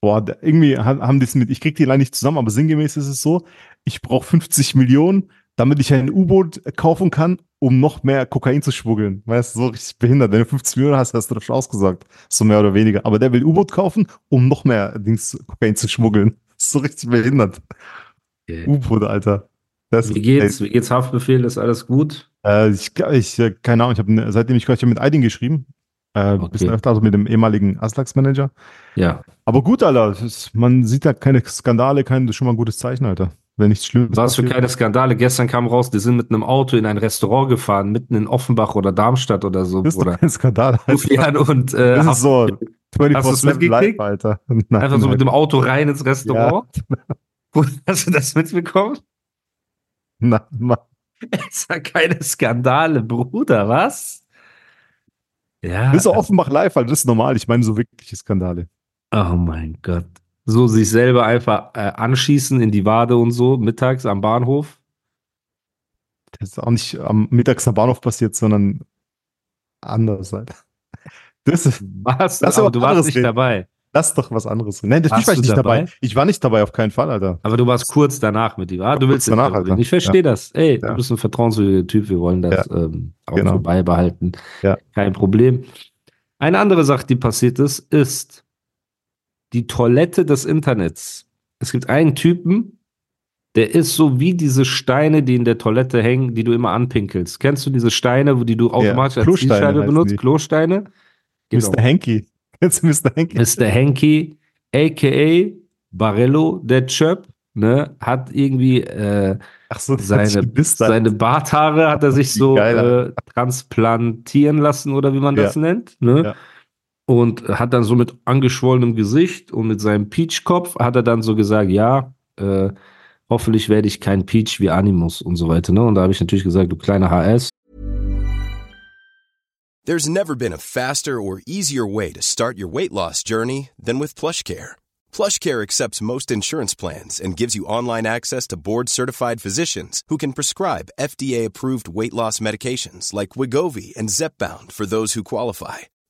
Speaker 2: boah, der, irgendwie ha- haben die es mit, ich krieg die Line nicht zusammen, aber sinngemäß ist es so, ich brauche 50 Millionen, damit ich ein U-Boot kaufen kann, um noch mehr Kokain zu schmuggeln. Weißt du, so richtig behindert. Wenn du 50 Millionen hast, hast du das schon ausgesagt. So mehr oder weniger. Aber der will U-Boot kaufen, um noch mehr Dings Kokain zu schmuggeln. [LAUGHS] So richtig behindert.
Speaker 3: Okay.
Speaker 2: U-Boot, Alter. Das
Speaker 3: Wie geht's? Wie geht's? Haftbefehl, ist alles gut?
Speaker 2: Äh, ich, ich, äh, keine Ahnung, ich habe ne, seitdem ich gleich mit Aydin geschrieben. Äh,
Speaker 3: Okay.
Speaker 2: Bisschen öfter, also mit dem ehemaligen Aslax-Manager.
Speaker 3: Ja.
Speaker 2: Aber gut, Alter, es ist, man sieht da keine Skandale, kein, das ist schon mal ein gutes Zeichen, Alter. Wenn nichts Schlimmes
Speaker 3: Was für
Speaker 2: passiert.
Speaker 3: keine Skandale. Gestern kam raus, die sind mit einem Auto in ein Restaurant gefahren, mitten in Offenbach oder Darmstadt oder so,
Speaker 2: Das ist doch
Speaker 3: Bruder.
Speaker 2: kein Skandal. Alter.
Speaker 3: Julian und äh,
Speaker 2: Das ist so
Speaker 3: Hast du's
Speaker 2: 24-7 Live,
Speaker 3: mitgekriegt?
Speaker 2: Alter. [LAUGHS] Nein,
Speaker 3: einfach so
Speaker 2: nein.
Speaker 3: mit dem Auto rein ins Restaurant.
Speaker 2: [LAUGHS]
Speaker 3: Bruder, Hast du das mitbekommen? [LAUGHS]
Speaker 2: Nein, Mann.
Speaker 3: Das ist ja keine Skandale, Bruder, was? Ja.
Speaker 2: Das ist auch Offenbach live, Alter. Das ist normal. Ich meine so wirkliche Skandale.
Speaker 3: Oh mein Gott. So sich selber einfach äh, anschießen in die Wade und so, mittags am Bahnhof.
Speaker 2: Das ist auch nicht am mittags am Bahnhof passiert, sondern anders halt. Das ist,
Speaker 3: Was?
Speaker 2: Das ist
Speaker 3: aber
Speaker 2: aber
Speaker 3: du
Speaker 2: ein
Speaker 3: warst
Speaker 2: anderes
Speaker 3: nicht
Speaker 2: Ding.
Speaker 3: dabei.
Speaker 2: das ist doch was anderes. Nein, das
Speaker 3: Warst
Speaker 2: war ich
Speaker 3: du
Speaker 2: nicht dabei?
Speaker 3: dabei?
Speaker 2: Ich war nicht dabei, auf keinen Fall, Alter.
Speaker 3: Aber du warst kurz danach mit ihm. Ah, du
Speaker 2: Kurz
Speaker 3: willst jetzt
Speaker 2: danach,
Speaker 3: darüber
Speaker 2: Alter.
Speaker 3: reden. Ich verstehe das. Ey,
Speaker 2: Ja.
Speaker 3: du bist ein vertrauenswürdiger Typ. Wir wollen das ähm, auch
Speaker 2: Genau.
Speaker 3: so beibehalten.
Speaker 2: Ja.
Speaker 3: Kein Problem. Eine andere Sache, die passiert ist, ist die Toilette des Internets. Es gibt einen Typen, der ist so wie diese Steine, die in der Toilette hängen, die du immer anpinkelst. Kennst du diese Steine, wo die du automatisch als
Speaker 2: Klosteine
Speaker 3: Zielscheibe
Speaker 2: heißen
Speaker 3: benutzt?
Speaker 2: die.
Speaker 3: Klosteine? Genau.
Speaker 2: Mr. Henky. [LAUGHS] Kennst du Mr. Henky?
Speaker 3: Mr. Henke, a.k.a. Barello, der Chöp, ne, hat irgendwie äh,
Speaker 2: Ach so, [LAUGHS]
Speaker 3: seine,
Speaker 2: Bist
Speaker 3: seine Barthaare hat er sich so
Speaker 2: Geil, Alter.
Speaker 3: äh, transplantieren lassen oder wie man das nennt.
Speaker 2: Ja.
Speaker 3: Ne? Und hat dann so mit angeschwollenem Gesicht und mit seinem Peach-Kopf hat er dann so gesagt, ja, äh, hoffentlich werde ich kein Peach wie Animus und so weiter. Ne? Und da habe ich natürlich gesagt, du kleiner HS,
Speaker 4: There's never been a faster or easier way to start your weight loss journey than with PlushCare. PlushCare accepts most insurance plans and gives you online access to board-certified physicians who can prescribe FDA-approved weight loss medications like Wigovi and Zepbound for those who qualify.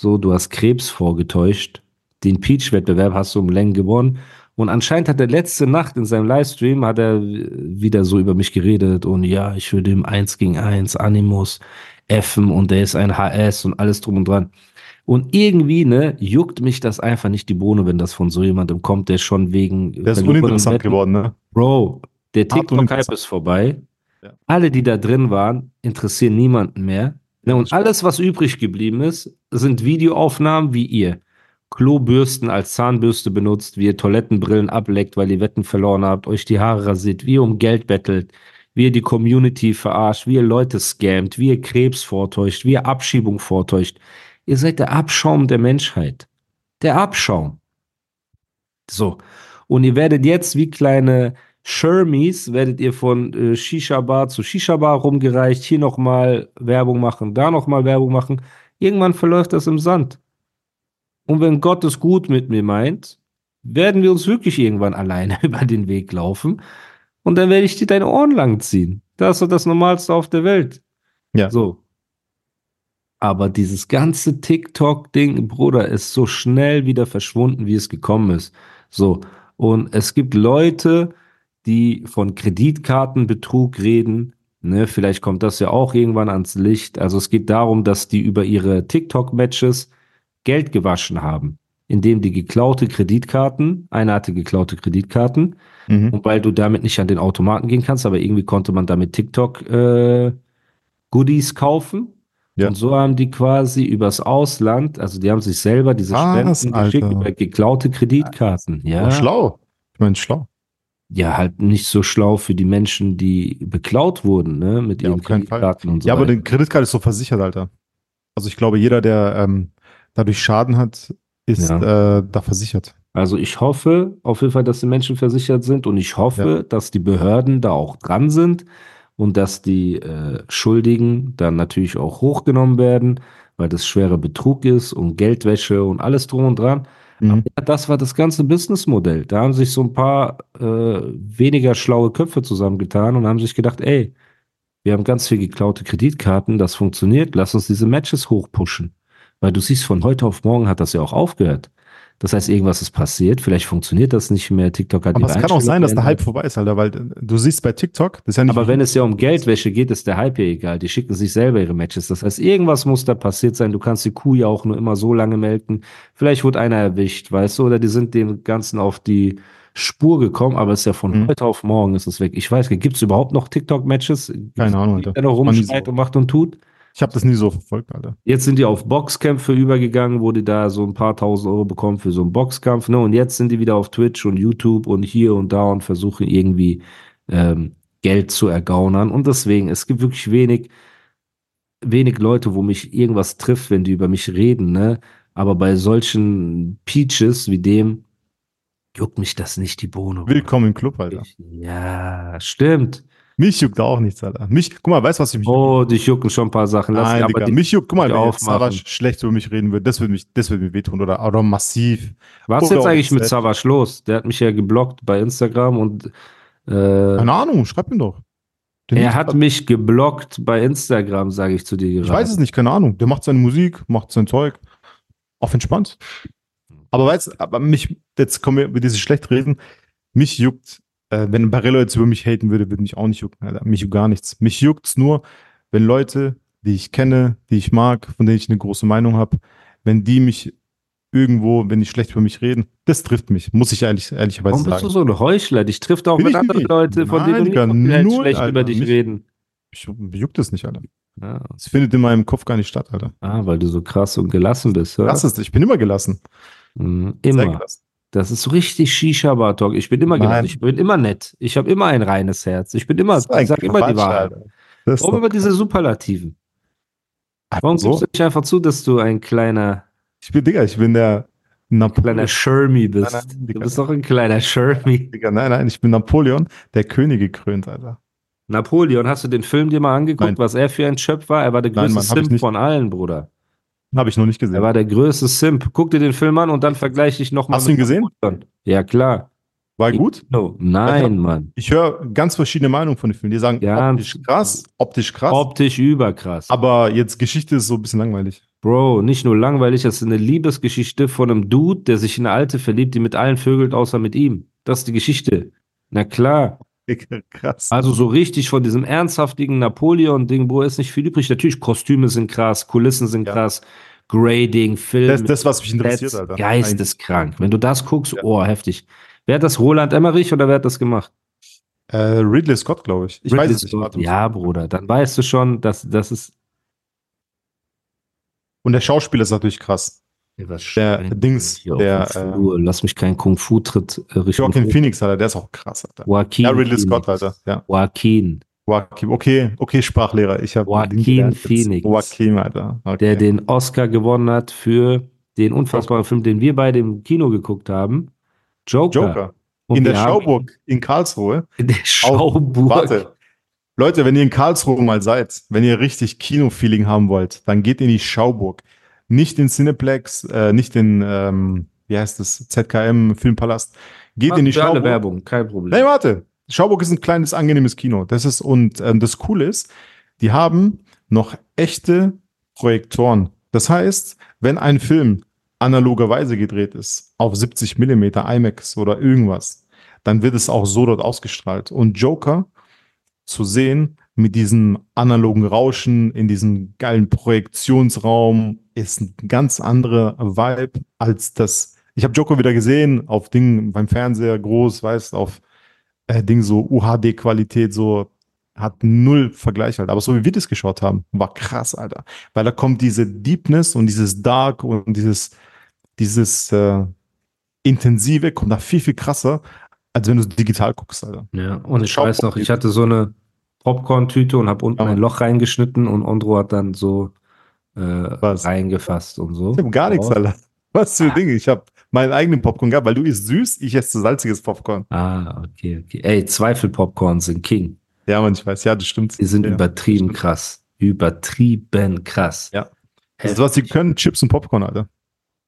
Speaker 3: so, du hast Krebs vorgetäuscht. Den Peach-Wettbewerb hast du um Längen gewonnen. Und anscheinend hat er letzte Nacht in seinem Livestream hat er w- wieder so über mich geredet und ja, ich würde im 1 gegen 1 Animus effen und der ist ein HS und alles drum und dran. Und irgendwie, ne, juckt mich das einfach nicht die Bohne, wenn das von so jemandem kommt, der schon wegen
Speaker 2: Der ist
Speaker 3: verlorenen
Speaker 2: uninteressant
Speaker 3: Wetten-
Speaker 2: geworden, ne?
Speaker 3: Bro, der
Speaker 2: Hart
Speaker 3: TikTok-Hype
Speaker 2: uninteressant.
Speaker 3: ist vorbei.
Speaker 2: Ja.
Speaker 3: Alle, die da drin waren, interessieren niemanden mehr. Ne, und alles, was übrig geblieben ist, sind Videoaufnahmen, wie ihr Klobürsten als Zahnbürste benutzt, wie ihr Toilettenbrillen ableckt, weil ihr Wetten verloren habt, euch die Haare rasiert, wie ihr um Geld bettelt, wie ihr die Community verarscht, wie ihr Leute scammt, wie ihr Krebs vortäuscht, wie ihr Abschiebung vortäuscht. Ihr seid der Abschaum der Menschheit. Der Abschaum. So. Und ihr werdet jetzt wie kleine Shermies, werdet ihr von äh, Shisha-Bar zu Shisha-Bar rumgereicht, hier nochmal Werbung machen, da nochmal Werbung machen. Irgendwann verläuft das im Sand. Und wenn Gott es gut mit mir meint, werden wir uns wirklich irgendwann [LAUGHS] alleine über den Weg laufen. Und dann werde ich dir deine Ohren lang ziehen. Das ist doch das Normalste auf der Welt.
Speaker 2: Ja.
Speaker 3: So. Aber dieses ganze TikTok-Ding, Bruder, ist so schnell wieder verschwunden, wie es gekommen ist. So. Und es gibt Leute, die von Kreditkartenbetrug reden. Ne, vielleicht kommt das ja auch irgendwann ans Licht. Also es geht darum, dass die über ihre TikTok-Matches Geld gewaschen haben, indem die geklaute Kreditkarten, einer hatte geklaute Kreditkarten,
Speaker 2: Mhm.
Speaker 3: und weil du damit nicht an den Automaten gehen kannst, aber irgendwie konnte man damit TikTok-Goodies kaufen.
Speaker 2: Ja.
Speaker 3: Und so haben die quasi übers Ausland, also die haben sich selber diese
Speaker 2: Was,
Speaker 3: Spenden geschickt
Speaker 2: Alter?
Speaker 3: über geklaute Kreditkarten. Ja,
Speaker 2: Oh, schlau. Ich meine, schlau.
Speaker 3: ja, halt nicht so schlau für die Menschen, die beklaut wurden, ne, mit
Speaker 2: Ja,
Speaker 3: ihren
Speaker 2: auf keinen Fall.
Speaker 3: Kreditkarten und so.
Speaker 2: ja, aber
Speaker 3: weiter.
Speaker 2: die Kreditkarte ist so versichert, Alter. Also ich glaube, jeder, der ähm, dadurch Schaden hat, ist äh, da versichert.
Speaker 3: Also ich hoffe auf jeden Fall, dass die Menschen versichert sind und ich hoffe, dass die Behörden da auch dran sind und dass die äh, Schuldigen dann natürlich auch hochgenommen werden, weil das schwerer Betrug ist und Geldwäsche und alles drum und dran.
Speaker 2: Mhm.
Speaker 3: Ja, das war das ganze Businessmodell. Da haben sich so ein paar äh, weniger schlaue Köpfe zusammengetan und haben sich gedacht, ey, wir haben ganz viel geklaute Kreditkarten, das funktioniert, lass uns diese Matches hochpushen. Weil du siehst, von heute auf morgen hat das ja auch aufgehört. Das heißt, irgendwas ist passiert, vielleicht funktioniert das nicht mehr, TikTok hat
Speaker 2: Aber
Speaker 3: ihre
Speaker 2: es kann auch sein, dass der
Speaker 3: Einstellung
Speaker 2: Hype vorbei ist, Alter, weil äh, du siehst bei TikTok, das ist ja nicht.
Speaker 3: aber wenn es ja um Geldwäsche geht, ist der Hype ja egal. Die schicken sich selber ihre Matches. Das heißt, irgendwas muss da passiert sein. Du kannst die Kuh ja auch nur immer so lange melken. Vielleicht wurde einer erwischt, weißt du, oder die sind dem Ganzen auf die Spur gekommen, aber es ist ja von
Speaker 2: Mhm.
Speaker 3: heute auf morgen ist es weg. Ich weiß, gibt es überhaupt noch TikTok-Matches?
Speaker 2: Keine Ahnung, Alter.
Speaker 3: Der noch
Speaker 2: Mann, die
Speaker 3: rumschreit
Speaker 2: so.
Speaker 3: und macht und tut.
Speaker 2: ich habe das nie so verfolgt, Alter.
Speaker 3: Jetzt sind die auf Boxkämpfe übergegangen, wo die da so ein paar tausend Euro bekommen für so einen Boxkampf. Ne? Und jetzt sind die wieder auf Twitch und YouTube und hier und da und versuchen irgendwie ähm, Geld zu ergaunern. Und deswegen, es gibt wirklich wenig, wenig Leute, wo mich irgendwas trifft, wenn die über mich reden. Ne? Aber bei solchen Peaches wie dem juckt mich das nicht die Bohne.
Speaker 2: Willkommen im Club, Alter.
Speaker 3: Ich, ja, stimmt.
Speaker 2: Mich juckt da auch nichts, Alter. Mich, guck mal, weißt du, was ich mich
Speaker 3: Oh, dich jucken schon ein paar Sachen. Lass
Speaker 2: Nein,
Speaker 3: die-
Speaker 2: Digga,
Speaker 3: die-
Speaker 2: mich juckt, guck mal,
Speaker 3: die
Speaker 2: wenn jetzt
Speaker 3: aufmachen.
Speaker 2: Savas schlecht über mich reden würde, das würde mich, das würde mir wehtun oder, oder massiv. Oder
Speaker 3: Was ist jetzt
Speaker 2: auch
Speaker 3: eigentlich mit
Speaker 2: Zed.
Speaker 3: Savas los? Der hat mich ja geblockt bei Instagram und äh,
Speaker 2: Keine Ahnung, schreib ihm doch. Der
Speaker 3: er
Speaker 2: nimmt-
Speaker 3: hat mich geblockt bei Instagram, sage ich zu dir
Speaker 2: ich
Speaker 3: gerade.
Speaker 2: weiß es nicht, keine Ahnung. Der macht seine Musik, macht sein Zeug. Auf entspannt. Aber weißt aber mich, jetzt kommen wir über dieses Schlechtreden. Mich juckt, äh, wenn Barello jetzt über mich haten würde, würde mich auch nicht jucken, Alter. Mich juckt gar nichts. Mich juckt's nur, wenn Leute, die ich kenne, die ich mag, von denen ich eine große Meinung habe, wenn die mich irgendwo, wenn die schlecht über mich reden, das trifft mich, muss ich ehrlich, ehrlicherweise
Speaker 3: Warum bist
Speaker 2: sagen.
Speaker 3: du so ein Heuchler? Dich trifft auch
Speaker 2: Bin
Speaker 3: mit
Speaker 2: ich
Speaker 3: anderen
Speaker 2: nicht.
Speaker 3: Leute, von
Speaker 2: Nein,
Speaker 3: denen du
Speaker 2: Digga,
Speaker 3: nicht
Speaker 2: null,
Speaker 3: schlecht
Speaker 2: Alter,
Speaker 3: über dich
Speaker 2: mich-
Speaker 3: reden.
Speaker 2: Ich juckt das nicht, Alter.
Speaker 3: Ja.
Speaker 2: Es findet in meinem Kopf gar nicht statt, Alter.
Speaker 3: Ah, weil du so krass und gelassen bist. Ja?
Speaker 2: Das ist, ich bin immer gelassen.
Speaker 3: Mhm,
Speaker 2: Sehr
Speaker 3: immer.
Speaker 2: gelassen.
Speaker 3: Das ist so richtig Shisha-Bar-Talk. Ich bin immer
Speaker 2: Nein.
Speaker 3: gelassen. Ich bin immer nett. Ich habe immer ein reines Herz. Ich bin immer,
Speaker 2: Das ist ein
Speaker 3: ich sag immer die
Speaker 2: Quatsch,
Speaker 3: Wahrheit.
Speaker 2: Alter. Das ist
Speaker 3: Warum
Speaker 2: doch-
Speaker 3: immer diese Superlativen? Warum
Speaker 2: so?
Speaker 3: gibst du nicht einfach zu, dass du ein kleiner
Speaker 2: Ich bin, Digga, ich bin der Napoleon.
Speaker 3: kleiner Shermie bist.
Speaker 2: Nein, nein,
Speaker 3: du
Speaker 2: Digga.
Speaker 3: bist doch ein kleiner Shermie.
Speaker 2: Digga, nein, nein, ich bin Napoleon, der König gekrönt, Alter.
Speaker 3: Napoleon, hast du den Film dir mal angeguckt,
Speaker 2: Nein.
Speaker 3: was er für ein Schöpf war? Er war der
Speaker 2: Nein,
Speaker 3: größte
Speaker 2: Mann, hab ich
Speaker 3: Simp
Speaker 2: nicht.
Speaker 3: von allen, Bruder.
Speaker 2: Habe ich noch nicht
Speaker 3: Er
Speaker 2: gesehen.
Speaker 3: war der größte Simp. Guck dir den Film an und dann vergleiche dich nochmal.
Speaker 2: Hast du ihn gesehen?
Speaker 3: Ja, klar.
Speaker 2: War gut?
Speaker 3: No. Nein, Mann.
Speaker 2: Ich höre ganz verschiedene Meinungen von den Filmen. Die sagen,
Speaker 3: Ja.
Speaker 2: optisch krass, optisch krass.
Speaker 3: Optisch überkrass.
Speaker 2: aber jetzt Geschichte ist so ein bisschen langweilig. [LAUGHS]
Speaker 3: Bro, nicht nur langweilig, das ist eine Liebesgeschichte von einem Dude, der sich in eine Alte verliebt, die mit allen vögelt, außer mit ihm. Das ist die Geschichte. Na klar.
Speaker 2: Digga, krass.
Speaker 3: Also so richtig von diesem ernsthaftigen Napoleon-Ding, Bro, ist nicht viel übrig. Natürlich, Kostüme sind krass, Kulissen sind
Speaker 2: Ja.
Speaker 3: krass, Grading, Film,
Speaker 2: Das, das, was mich interessiert,
Speaker 3: Sets,
Speaker 2: Alter.
Speaker 3: geisteskrank. Wenn du das guckst,
Speaker 2: Ja.
Speaker 3: oh, heftig. Wer hat das, Roland Emmerich oder wer hat das gemacht?
Speaker 2: Äh, Ridley Scott, glaube ich. Ich weiß es nicht. warte mal.
Speaker 3: Ja, Bruder, dann weißt du schon, dass das ist...
Speaker 2: Und der Schauspieler ist natürlich krass. Der Dings,
Speaker 3: Hier auf
Speaker 2: der,
Speaker 3: dem Flur. äh, Lass mich keinen Kung-Fu-Tritt äh, Richtung...
Speaker 2: Joaquin Phoenix, Alter, der ist auch krass, Alter.
Speaker 3: Joaquin
Speaker 2: Ja, Ridley
Speaker 3: Phoenix.
Speaker 2: Scott, Alter. Ja.
Speaker 3: Joaquin,
Speaker 2: Joaquin. Okay, okay, Sprachlehrer. Ich habe
Speaker 3: Joaquin Phoenix.
Speaker 2: Joaquin, Alter. Okay.
Speaker 3: der den Oscar gewonnen hat für den unfassbaren Film, den wir beide im Kino geguckt haben. Joker.
Speaker 2: Joker.
Speaker 3: Und
Speaker 2: in der
Speaker 3: wir haben-
Speaker 2: Schauburg in Karlsruhe.
Speaker 3: [LAUGHS] In der Schauburg.
Speaker 2: Warte. Leute, wenn ihr in Karlsruhe mal seid, wenn ihr richtig Kino-Feeling haben wollt, dann geht in die Schauburg. Nicht in Cineplex, äh, nicht in, ähm, wie heißt das, ZKM, Filmpalast. Geht
Speaker 3: Machen
Speaker 2: in die
Speaker 3: wir alle
Speaker 2: Schauburg.
Speaker 3: Werbung, kein Problem.
Speaker 2: Nein, warte. Schauburg ist ein kleines, angenehmes Kino. Das ist, und ähm, das Coole ist, die haben noch echte Projektoren. Das heißt, wenn ein Film analogerweise gedreht ist, auf 70 mm IMAX oder irgendwas, dann wird es auch so dort ausgestrahlt. Und Joker zu sehen mit diesem analogen Rauschen in diesem geilen Projektionsraum ist ein ganz anderer Vibe als das. Ich habe Joker wieder gesehen auf Dingen beim Fernseher groß, weißt auf äh, Ding so UHD-Qualität so hat null Vergleich halt. Aber so wie wir das geschaut haben, war krass, Alter. Weil da kommt diese Deepness und dieses Dark und dieses dieses äh, Intensive kommt da viel viel krasser, als wenn du es digital guckst, Alter.
Speaker 3: Ja, und ich
Speaker 2: Schauburg.
Speaker 3: weiß noch, ich hatte so eine Popcorn-Tüte und habe unten
Speaker 2: Ja, Mann.
Speaker 3: ein Loch reingeschnitten und Ondro hat dann so äh,
Speaker 2: Was?
Speaker 3: reingefasst und so.
Speaker 2: Ich habe gar nichts,
Speaker 3: Raus.
Speaker 2: Alter. [LAUGHS] Was
Speaker 3: Ah.
Speaker 2: für Dinge. Ich habe meinen eigenen Popcorn gehabt, weil du isst süß, ich esse salziges Popcorn.
Speaker 3: Ah, okay, okay. Ey, Zweifelpopcorn sind King.
Speaker 2: Ja, man, ich weiß. Ja, das stimmt.
Speaker 3: Die sind
Speaker 2: ja.
Speaker 3: übertrieben krass. Übertrieben krass.
Speaker 2: Also Ja. Das ist, was sie können, Chips und Popcorn, Alter.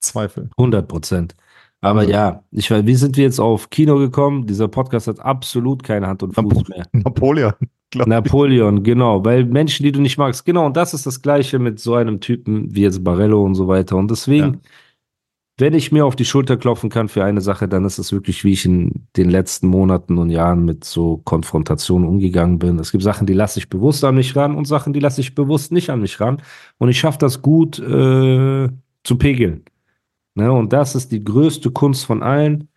Speaker 2: Zweifel. [LAUGHS]
Speaker 3: 100 Prozent. Aber ja, ich weiß, wie sind wir jetzt auf Kino gekommen? Dieser Podcast hat absolut keine Hand und Fuß mehr.
Speaker 2: Napoleon. glaub ich.
Speaker 3: Napoleon, genau, weil Menschen, die du nicht magst, genau, und das ist das Gleiche mit so einem Typen wie jetzt Barello und so weiter. Und deswegen,
Speaker 2: Ja.
Speaker 3: wenn ich mir auf die Schulter klopfen kann für eine Sache, dann ist es wirklich, wie ich in den letzten Monaten und Jahren mit so Konfrontationen umgegangen bin. Es gibt Sachen, die lasse ich bewusst an mich ran und Sachen, die lasse ich bewusst nicht an mich ran. Und ich schaffe das gut äh, zu pegeln. Ne? Und das ist die größte Kunst von allen.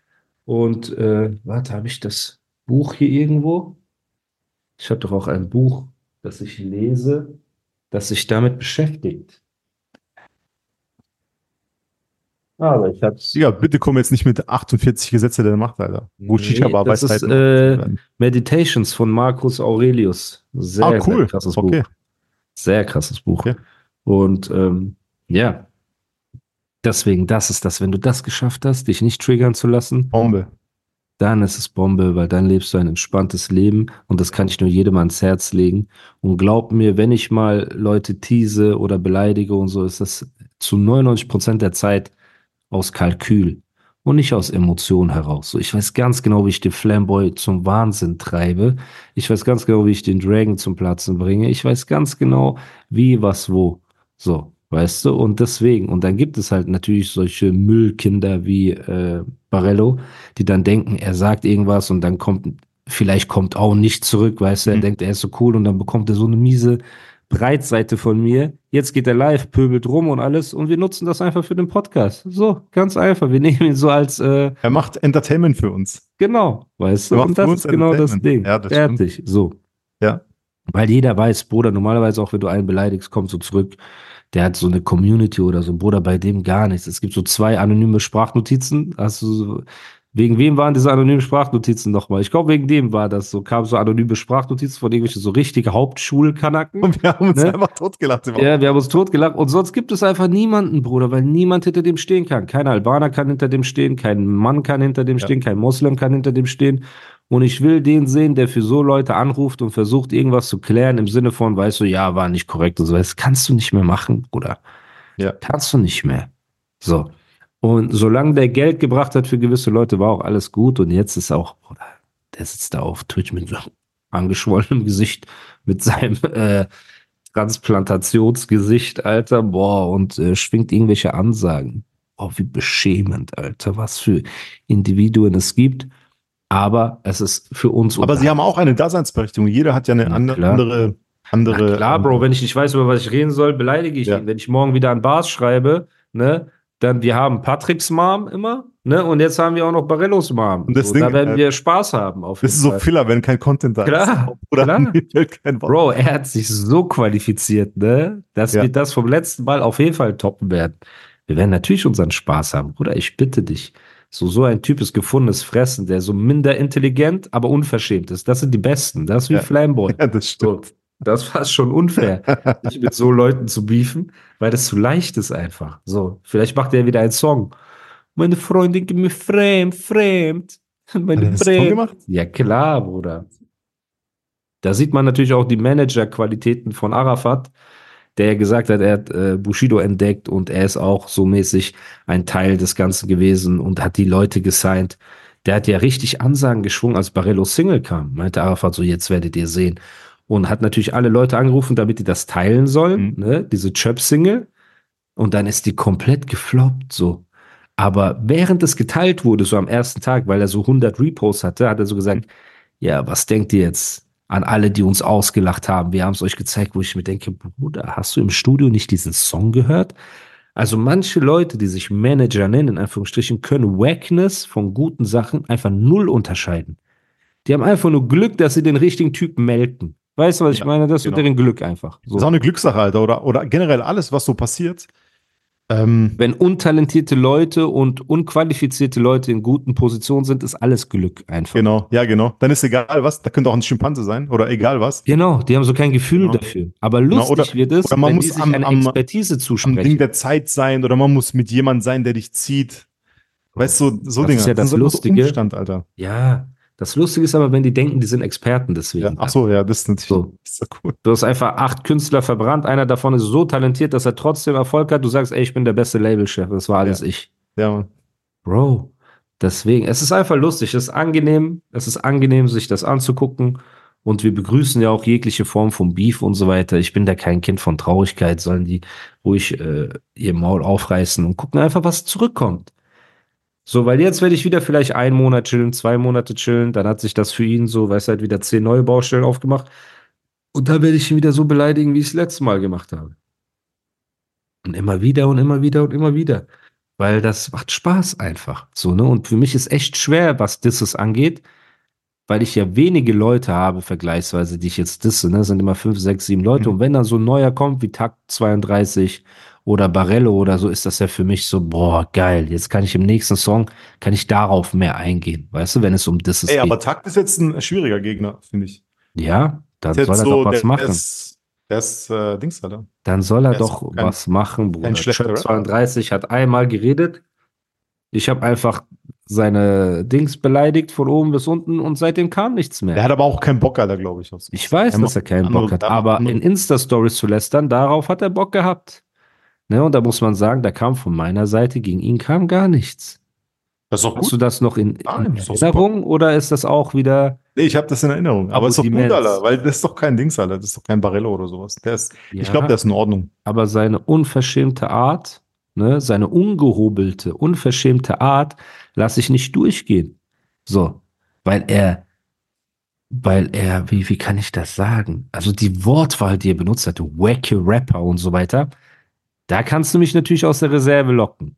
Speaker 3: Und äh, warte, habe ich das Buch hier irgendwo? Ich habe doch auch ein Buch, das ich lese, das sich damit beschäftigt. Aber ich habe es.
Speaker 2: Digga, bitte komm jetzt nicht mit 48 Gesetze der Macht, Alter. Gut,
Speaker 3: Nee,
Speaker 2: Shisha war
Speaker 3: das
Speaker 2: Weisheit. ne?
Speaker 3: ist, äh, Meditations von Marcus Aurelius. Sehr,
Speaker 2: ah,
Speaker 3: sehr
Speaker 2: cool.
Speaker 3: krasses
Speaker 2: okay.
Speaker 3: Buch. Sehr krasses Buch.
Speaker 2: Ja.
Speaker 3: Und ähm, ja, deswegen, das ist das. Wenn du das geschafft hast, dich nicht triggern zu lassen,
Speaker 2: Bombe.
Speaker 3: dann ist es Bombe, weil dann lebst du ein entspanntes Leben und das kann ich nur jedem ans Herz legen. Und glaub mir, wenn ich mal Leute tease oder beleidige und so, ist das zu 99 Prozent der Zeit aus Kalkül und nicht aus Emotion heraus. So, ich weiß ganz genau, wie ich den Flamboy zum Wahnsinn treibe. Ich weiß ganz genau, wie ich den Dragon zum Platzen bringe. Ich weiß ganz genau, wie, was, wo. So, weißt du? Und deswegen. Und dann gibt es halt natürlich solche Müllkinder wie äh, Barello, die dann denken, er sagt irgendwas und dann kommt, vielleicht kommt auch nicht zurück, weißt du, er
Speaker 2: Mhm.
Speaker 3: denkt, er ist so cool und dann bekommt er so eine miese Breitseite von mir. Jetzt geht er live, pöbelt rum und alles und wir nutzen das einfach für den Podcast. So, ganz einfach. Wir nehmen ihn so als, äh,
Speaker 2: Er macht Entertainment für uns. [LAUGHS]
Speaker 3: genau, weißt
Speaker 2: Er
Speaker 3: du,
Speaker 2: macht
Speaker 3: und
Speaker 2: für
Speaker 3: das
Speaker 2: uns
Speaker 3: ist genau das
Speaker 2: Entertainment.
Speaker 3: Ding.
Speaker 2: Ja, das stimmt.
Speaker 3: Fertig, so.
Speaker 2: Ja.
Speaker 3: Weil jeder weiß, Bruder, normalerweise auch wenn du einen beleidigst, kommt so zurück, der hat so eine Community oder so, Bruder, bei dem gar nichts. Es gibt so zwei anonyme Sprachnotizen. Hast du so, wegen wem waren diese anonymen Sprachnotizen nochmal? Ich glaube, wegen dem war das so. Kamen so anonyme Sprachnotizen von irgendwelchen so richtige Hauptschulkanacken.
Speaker 2: Und wir haben uns
Speaker 3: Ne?
Speaker 2: einfach totgelacht. über-
Speaker 3: Ja, wir haben uns totgelacht. Und sonst gibt es einfach niemanden, Bruder, weil niemand hinter dem stehen kann. Kein Albaner kann hinter dem stehen, kein Mann kann hinter dem
Speaker 2: Ja.
Speaker 3: stehen, kein Moslem kann hinter dem stehen. Und ich will den sehen, der für so Leute anruft und versucht, irgendwas zu klären im Sinne von, weißt du, ja, war nicht korrekt und so. Das kannst du nicht mehr machen, Bruder.
Speaker 2: Ja.
Speaker 3: Kannst du nicht mehr. So. Und solange der Geld gebracht hat für gewisse Leute, war auch alles gut. Und jetzt ist auch, Bruder, der sitzt da auf Twitch mit so angeschwollenem Gesicht, mit seinem [LAUGHS] äh, Transplantationsgesicht, Alter, boah, und äh, schwingt irgendwelche Ansagen. Oh, wie beschämend, Alter, was für Individuen es gibt. Aber es ist für uns.
Speaker 2: Aber sie haben auch eine Daseinsberechtigung. Jeder hat ja eine
Speaker 3: Na
Speaker 2: ande-
Speaker 3: klar.
Speaker 2: andere, andere. ähm,
Speaker 3: Na klar, Bro, wenn ich nicht weiß, über was ich reden soll, beleidige ich
Speaker 2: Ja.
Speaker 3: ihn. Wenn ich morgen wieder an Bars schreibe, ne, dann wir haben Patricks Mom immer, ne, und jetzt haben wir auch noch Barellos Mom.
Speaker 2: Und das
Speaker 3: so,
Speaker 2: Ding,
Speaker 3: da werden
Speaker 2: äh,
Speaker 3: wir Spaß haben. Auf
Speaker 2: das
Speaker 3: jeden
Speaker 2: ist so
Speaker 3: Fall.
Speaker 2: Filler, wenn kein Content da
Speaker 3: Klar,
Speaker 2: ist. Oder
Speaker 3: klar.
Speaker 2: [LAUGHS] mir fällt kein Wort.
Speaker 3: Bro, er hat sich so qualifiziert, ne, dass
Speaker 2: Ja.
Speaker 3: wir das vom letzten Mal auf jeden Fall toppen werden. Wir werden natürlich unseren Spaß haben, Bruder, ich bitte dich. So, so ein Typ ist gefundenes Fressen, der so minder intelligent, aber unverschämt ist. Das sind die Besten. Das ist wie
Speaker 2: Ja.
Speaker 3: Flamboy.
Speaker 2: [LAUGHS] Ja, das stimmt.
Speaker 3: So, das war
Speaker 2: [LAUGHS]
Speaker 3: schon unfair, sich mit so Leuten zu beefen, weil das zu leicht ist einfach. So, vielleicht macht er wieder einen Song. Meine Freundin gibt mir fremd, fremd. [LAUGHS]
Speaker 2: Hat er
Speaker 3: Meine
Speaker 2: das Song
Speaker 3: fremd.
Speaker 2: gemacht?
Speaker 3: Ja, klar, Bruder. Da sieht man natürlich auch die Manager-Qualitäten von Arafat, der ja gesagt hat, er hat äh, Bushido entdeckt und er ist auch so mäßig ein Teil des Ganzen gewesen und hat die Leute gesigned. Der hat ja richtig Ansagen geschwungen, als Barello Single kam, meinte Arafat so, jetzt werdet ihr sehen. Und hat natürlich alle Leute angerufen, damit die das teilen sollen, ne? diese Chöp-Single. Und dann ist die komplett gefloppt, so. Aber während es geteilt wurde, so am ersten Tag, weil er so 100 Reposts hatte, hat er so gesagt, ja, was denkt ihr jetzt an alle, die uns ausgelacht haben? Wir haben es euch gezeigt, wo ich mir denke, Bruder, hast du im Studio nicht diesen Song gehört? Also manche Leute, die sich Manager nennen, in Anführungsstrichen, können Wackness von guten Sachen einfach null unterscheiden. Die haben einfach nur Glück, dass sie den richtigen Typen melken. Weißt du, was ich
Speaker 2: Ja,
Speaker 3: meine? Das
Speaker 2: genau.
Speaker 3: wird deren Glück einfach. So.
Speaker 2: Das ist auch eine Glückssache, Alter. Oder, oder generell alles, was so passiert. Ähm,
Speaker 3: Wenn untalentierte Leute und unqualifizierte Leute in guten Positionen sind, ist alles Glück einfach.
Speaker 2: genau, ja, genau. Dann ist egal was. Da könnte auch ein Schimpanse sein oder egal was.
Speaker 3: Genau, die haben so kein Gefühl
Speaker 2: Genau.
Speaker 3: dafür. Aber lustig
Speaker 2: oder-
Speaker 3: wird es,
Speaker 2: oder man
Speaker 3: wenn die
Speaker 2: muss
Speaker 3: sich
Speaker 2: am-
Speaker 3: eine
Speaker 2: am-
Speaker 3: Expertise
Speaker 2: Am Ding
Speaker 3: zusprechen.
Speaker 2: der Zeit sein oder man muss mit jemand sein, der dich zieht. Weißt du, so, so
Speaker 3: Das
Speaker 2: Dinger.
Speaker 3: ist ja das
Speaker 2: so
Speaker 3: Lustige.
Speaker 2: Umstand, Alter.
Speaker 3: ja, das Lustige ist aber, wenn die denken, die sind Experten deswegen.
Speaker 2: Ja. Ach so, ja, das ist natürlich
Speaker 3: So.
Speaker 2: [LAUGHS] Ist ja cool.
Speaker 3: Du hast einfach acht Künstler verbrannt, einer davon ist so talentiert, dass er trotzdem Erfolg hat. Du sagst, ey, ich bin der beste Labelchef, das war alles ich.
Speaker 2: Ja, Mann.
Speaker 3: Bro, Deswegen, es ist einfach lustig, es ist angenehm, es ist angenehm, sich das anzugucken. Und wir begrüßen ja auch jegliche Form von Beef und so weiter. Ich bin da kein Kind von Traurigkeit, sollen die ruhig äh, ihr Maul aufreißen und gucken einfach, was zurückkommt. So, weil jetzt werde ich wieder vielleicht einen Monat chillen, zwei Monate chillen, dann hat sich das für ihn so, weißt du, halt wieder zehn neue Baustellen aufgemacht. Und da werde ich ihn wieder so beleidigen, wie ich es letztes Mal gemacht habe. Und immer wieder und immer wieder und immer wieder. Weil das macht Spaß einfach. So, ne? Und für mich ist echt schwer, was Disses angeht, weil ich ja wenige Leute habe, vergleichsweise, die ich jetzt disse, ne? Das sind immer fünf, sechs, sieben Leute.
Speaker 2: Mhm.
Speaker 3: Und wenn dann so ein neuer kommt, wie Takt 32 oder Barello oder so, ist das ja für mich so, boah, geil. Jetzt kann ich im nächsten Song, kann ich darauf mehr eingehen. Weißt du, wenn es um Disses
Speaker 2: Ey,
Speaker 3: geht.
Speaker 2: aber Takt ist jetzt ein schwieriger Gegner, finde ich.
Speaker 3: ja, dann
Speaker 2: Ist
Speaker 3: soll
Speaker 2: jetzt
Speaker 3: er
Speaker 2: so,
Speaker 3: doch was
Speaker 2: der,
Speaker 3: machen.
Speaker 2: Der ist, der ist äh, Dings, Alter.
Speaker 3: Dann soll er
Speaker 2: Er ist
Speaker 3: doch
Speaker 2: kein-
Speaker 3: was machen, Bruder.
Speaker 2: schlechter
Speaker 3: Trap
Speaker 2: Rapper.
Speaker 3: 32 hat einmal geredet. Ich habe einfach seine Dings beleidigt von oben bis unten und seitdem kam nichts mehr.
Speaker 2: Der hat aber auch keinen Bock, Alter, glaube ich. aufs-
Speaker 3: ich weiß,
Speaker 2: Er
Speaker 3: dass er
Speaker 2: macht
Speaker 3: keinen
Speaker 2: andere-
Speaker 3: Bock hat,
Speaker 2: er macht
Speaker 3: aber
Speaker 2: andere-
Speaker 3: in Insta-Stories zu lästern, darauf hat er Bock gehabt. Ne, und da muss man sagen, da kam von meiner Seite, gegen ihn kam gar nichts.
Speaker 2: Das ist doch
Speaker 3: Hast du
Speaker 2: gut.
Speaker 3: das noch in, in
Speaker 2: Nein, ist doch super.
Speaker 3: Erinnerung oder ist das auch wieder
Speaker 2: Nee, ich habe das in Erinnerung. Aber ist doch gut,
Speaker 3: Abonnements.
Speaker 2: Alter, weil das ist doch kein Dings, Alter. Das ist doch kein Barello oder sowas. Der ist, Ich
Speaker 3: Ja.
Speaker 2: glaube, der ist in Ordnung.
Speaker 3: aber seine unverschämte Art, ne, seine ungehobelte, unverschämte Art lasse ich nicht durchgehen. So, weil er, weil er, wie, wie kann ich das sagen? Also die Wortwahl, die er benutzt hat, wacky Rapper und so weiter, da kannst du mich natürlich aus der Reserve locken.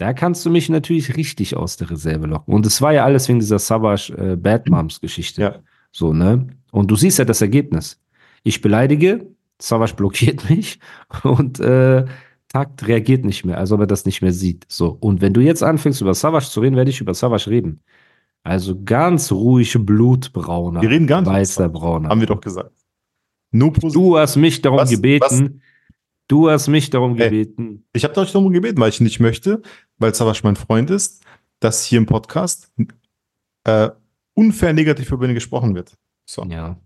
Speaker 3: Da kannst du mich natürlich richtig aus der Reserve locken. Und es war ja alles wegen dieser Savage äh, Bad Moms Geschichte.
Speaker 2: Ja.
Speaker 3: So, ne? Und du siehst ja das Ergebnis. Ich beleidige, Savage blockiert [LAUGHS] mich und äh, Takt reagiert nicht mehr, als ob er das nicht mehr sieht. So, und wenn du jetzt anfängst, über Savage zu reden, werde ich über Savage reden. Also ganz ruhig blutbrauner,
Speaker 2: Wir reden gar nicht.
Speaker 3: weißer Brauner.
Speaker 2: Haben wir doch gesagt. Nur positiv.
Speaker 3: Du hast mich darum
Speaker 2: Was-
Speaker 3: gebeten. Du hast mich darum
Speaker 2: Ey.
Speaker 3: gebeten.
Speaker 2: Ich habe euch darum gebeten, weil ich nicht möchte, weil Savasch mein Freund ist, dass hier im Podcast äh, unfair negativ über ihn gesprochen wird. So.
Speaker 3: Ja.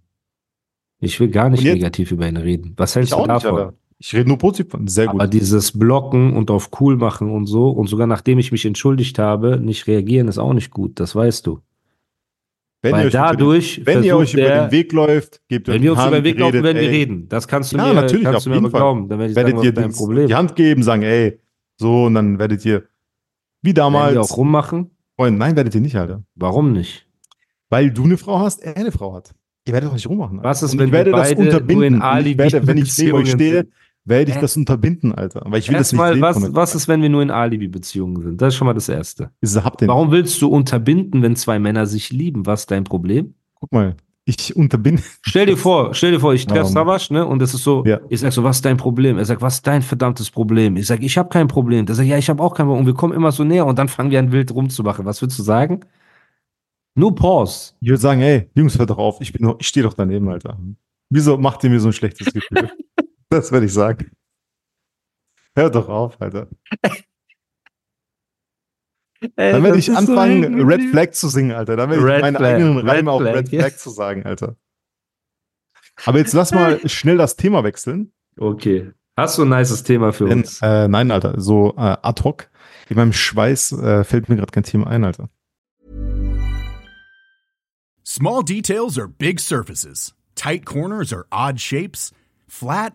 Speaker 3: Ich will gar nicht
Speaker 2: Und jetzt-
Speaker 3: negativ über ihn reden. Was hältst
Speaker 2: Ich
Speaker 3: du
Speaker 2: auch nicht,
Speaker 3: davon?
Speaker 2: aber ich rede nur positiv von. Sehr
Speaker 3: Aber
Speaker 2: gut.
Speaker 3: dieses Blocken und auf cool machen und so und sogar nachdem ich mich entschuldigt habe, nicht reagieren ist auch nicht gut, das weißt du.
Speaker 2: Wenn
Speaker 3: Weil
Speaker 2: ihr euch, über den-
Speaker 3: dadurch,
Speaker 2: wenn ihr euch
Speaker 3: versucht
Speaker 2: über
Speaker 3: der-
Speaker 2: den Weg läuft, gebt
Speaker 3: wenn
Speaker 2: euch
Speaker 3: wir
Speaker 2: die
Speaker 3: uns über den Weg laufen,
Speaker 2: redet,
Speaker 3: werden wir
Speaker 2: ey,
Speaker 3: reden. Das kannst du
Speaker 2: Ja,
Speaker 3: mir,
Speaker 2: natürlich,
Speaker 3: kannst
Speaker 2: auf
Speaker 3: du mir
Speaker 2: jeden
Speaker 3: aber
Speaker 2: Fall.
Speaker 3: glauben. Dann werde ich sagen,
Speaker 2: werdet
Speaker 3: was
Speaker 2: ihr
Speaker 3: ist dein
Speaker 2: Dings-
Speaker 3: Problem.
Speaker 2: die Hand geben, sagen, ey, so, und dann werdet ihr wie
Speaker 3: Werden
Speaker 2: damals.
Speaker 3: wir auch rummachen?
Speaker 2: Freunde, nein, werdet ihr nicht, Alter.
Speaker 3: Warum nicht?
Speaker 2: Weil du eine Frau hast, er eine Frau hat. Ihr werdet doch nicht rummachen. Alter.
Speaker 3: Was ist,
Speaker 2: Und
Speaker 3: wenn
Speaker 2: ich werde
Speaker 3: wir
Speaker 2: das
Speaker 3: beide nur in
Speaker 2: unterbinden. Und Ich
Speaker 3: alibi
Speaker 2: werde, wenn ich neben euch
Speaker 3: Beziehungen
Speaker 2: stehe,
Speaker 3: sind?
Speaker 2: werde ich
Speaker 3: Hä?
Speaker 2: das unterbinden, Alter. Weil ich will das nicht
Speaker 3: Erstmal,
Speaker 2: sehen. von
Speaker 3: was,
Speaker 2: euch.
Speaker 3: was ist, wenn wir nur in Alibi-Beziehungen sind? Das ist schon mal das Erste.
Speaker 2: Ist- Habt ihr
Speaker 3: Warum willst du unterbinden, wenn zwei Männer sich lieben? Was ist dein Problem?
Speaker 2: Guck mal, ich unterbinde.
Speaker 3: Stell dir vor, stell dir vor, ich treffe
Speaker 2: Ähm,
Speaker 3: Savasch, ne? Und es ist so,
Speaker 2: ja.
Speaker 3: ich sag so, was ist dein Problem? Er sagt, was ist dein verdammtes Problem? Ich sag, ich habe kein Problem. Der sagt, ja, ich habe auch kein Problem. Und wir kommen immer so näher und dann fangen wir an, wild rumzumachen. Was würdest du sagen? Nur Pause.
Speaker 2: [LAUGHS] Ich würde sagen, ey, Jungs, hört doch auf. Ich, bin, doch- ich stehe doch daneben, Alter. Wieso macht ihr mir so ein schlechtes
Speaker 3: [LAUGHS]
Speaker 2: Gefühl? das werde ich sagen. Hört doch auf, Alter. Dann werde ich anfangen, Red Flag zu singen, Alter. Dann werde ich
Speaker 3: Red
Speaker 2: meine
Speaker 3: Flag,
Speaker 2: eigenen
Speaker 3: Red
Speaker 2: Reime auf
Speaker 3: Flag,
Speaker 2: Red
Speaker 3: ja.
Speaker 2: Flag zu sagen, Alter. Aber jetzt lass mal schnell das Thema wechseln.
Speaker 3: Okay. Hast du ein nices Thema für
Speaker 2: Denn,
Speaker 3: uns?
Speaker 2: äh, nein, Alter, so äh, ad hoc. In meinem Schweiß äh, fällt mir gerade kein Thema ein, Alter.
Speaker 5: Small details are big surfaces. Tight corners are odd shapes. Flat,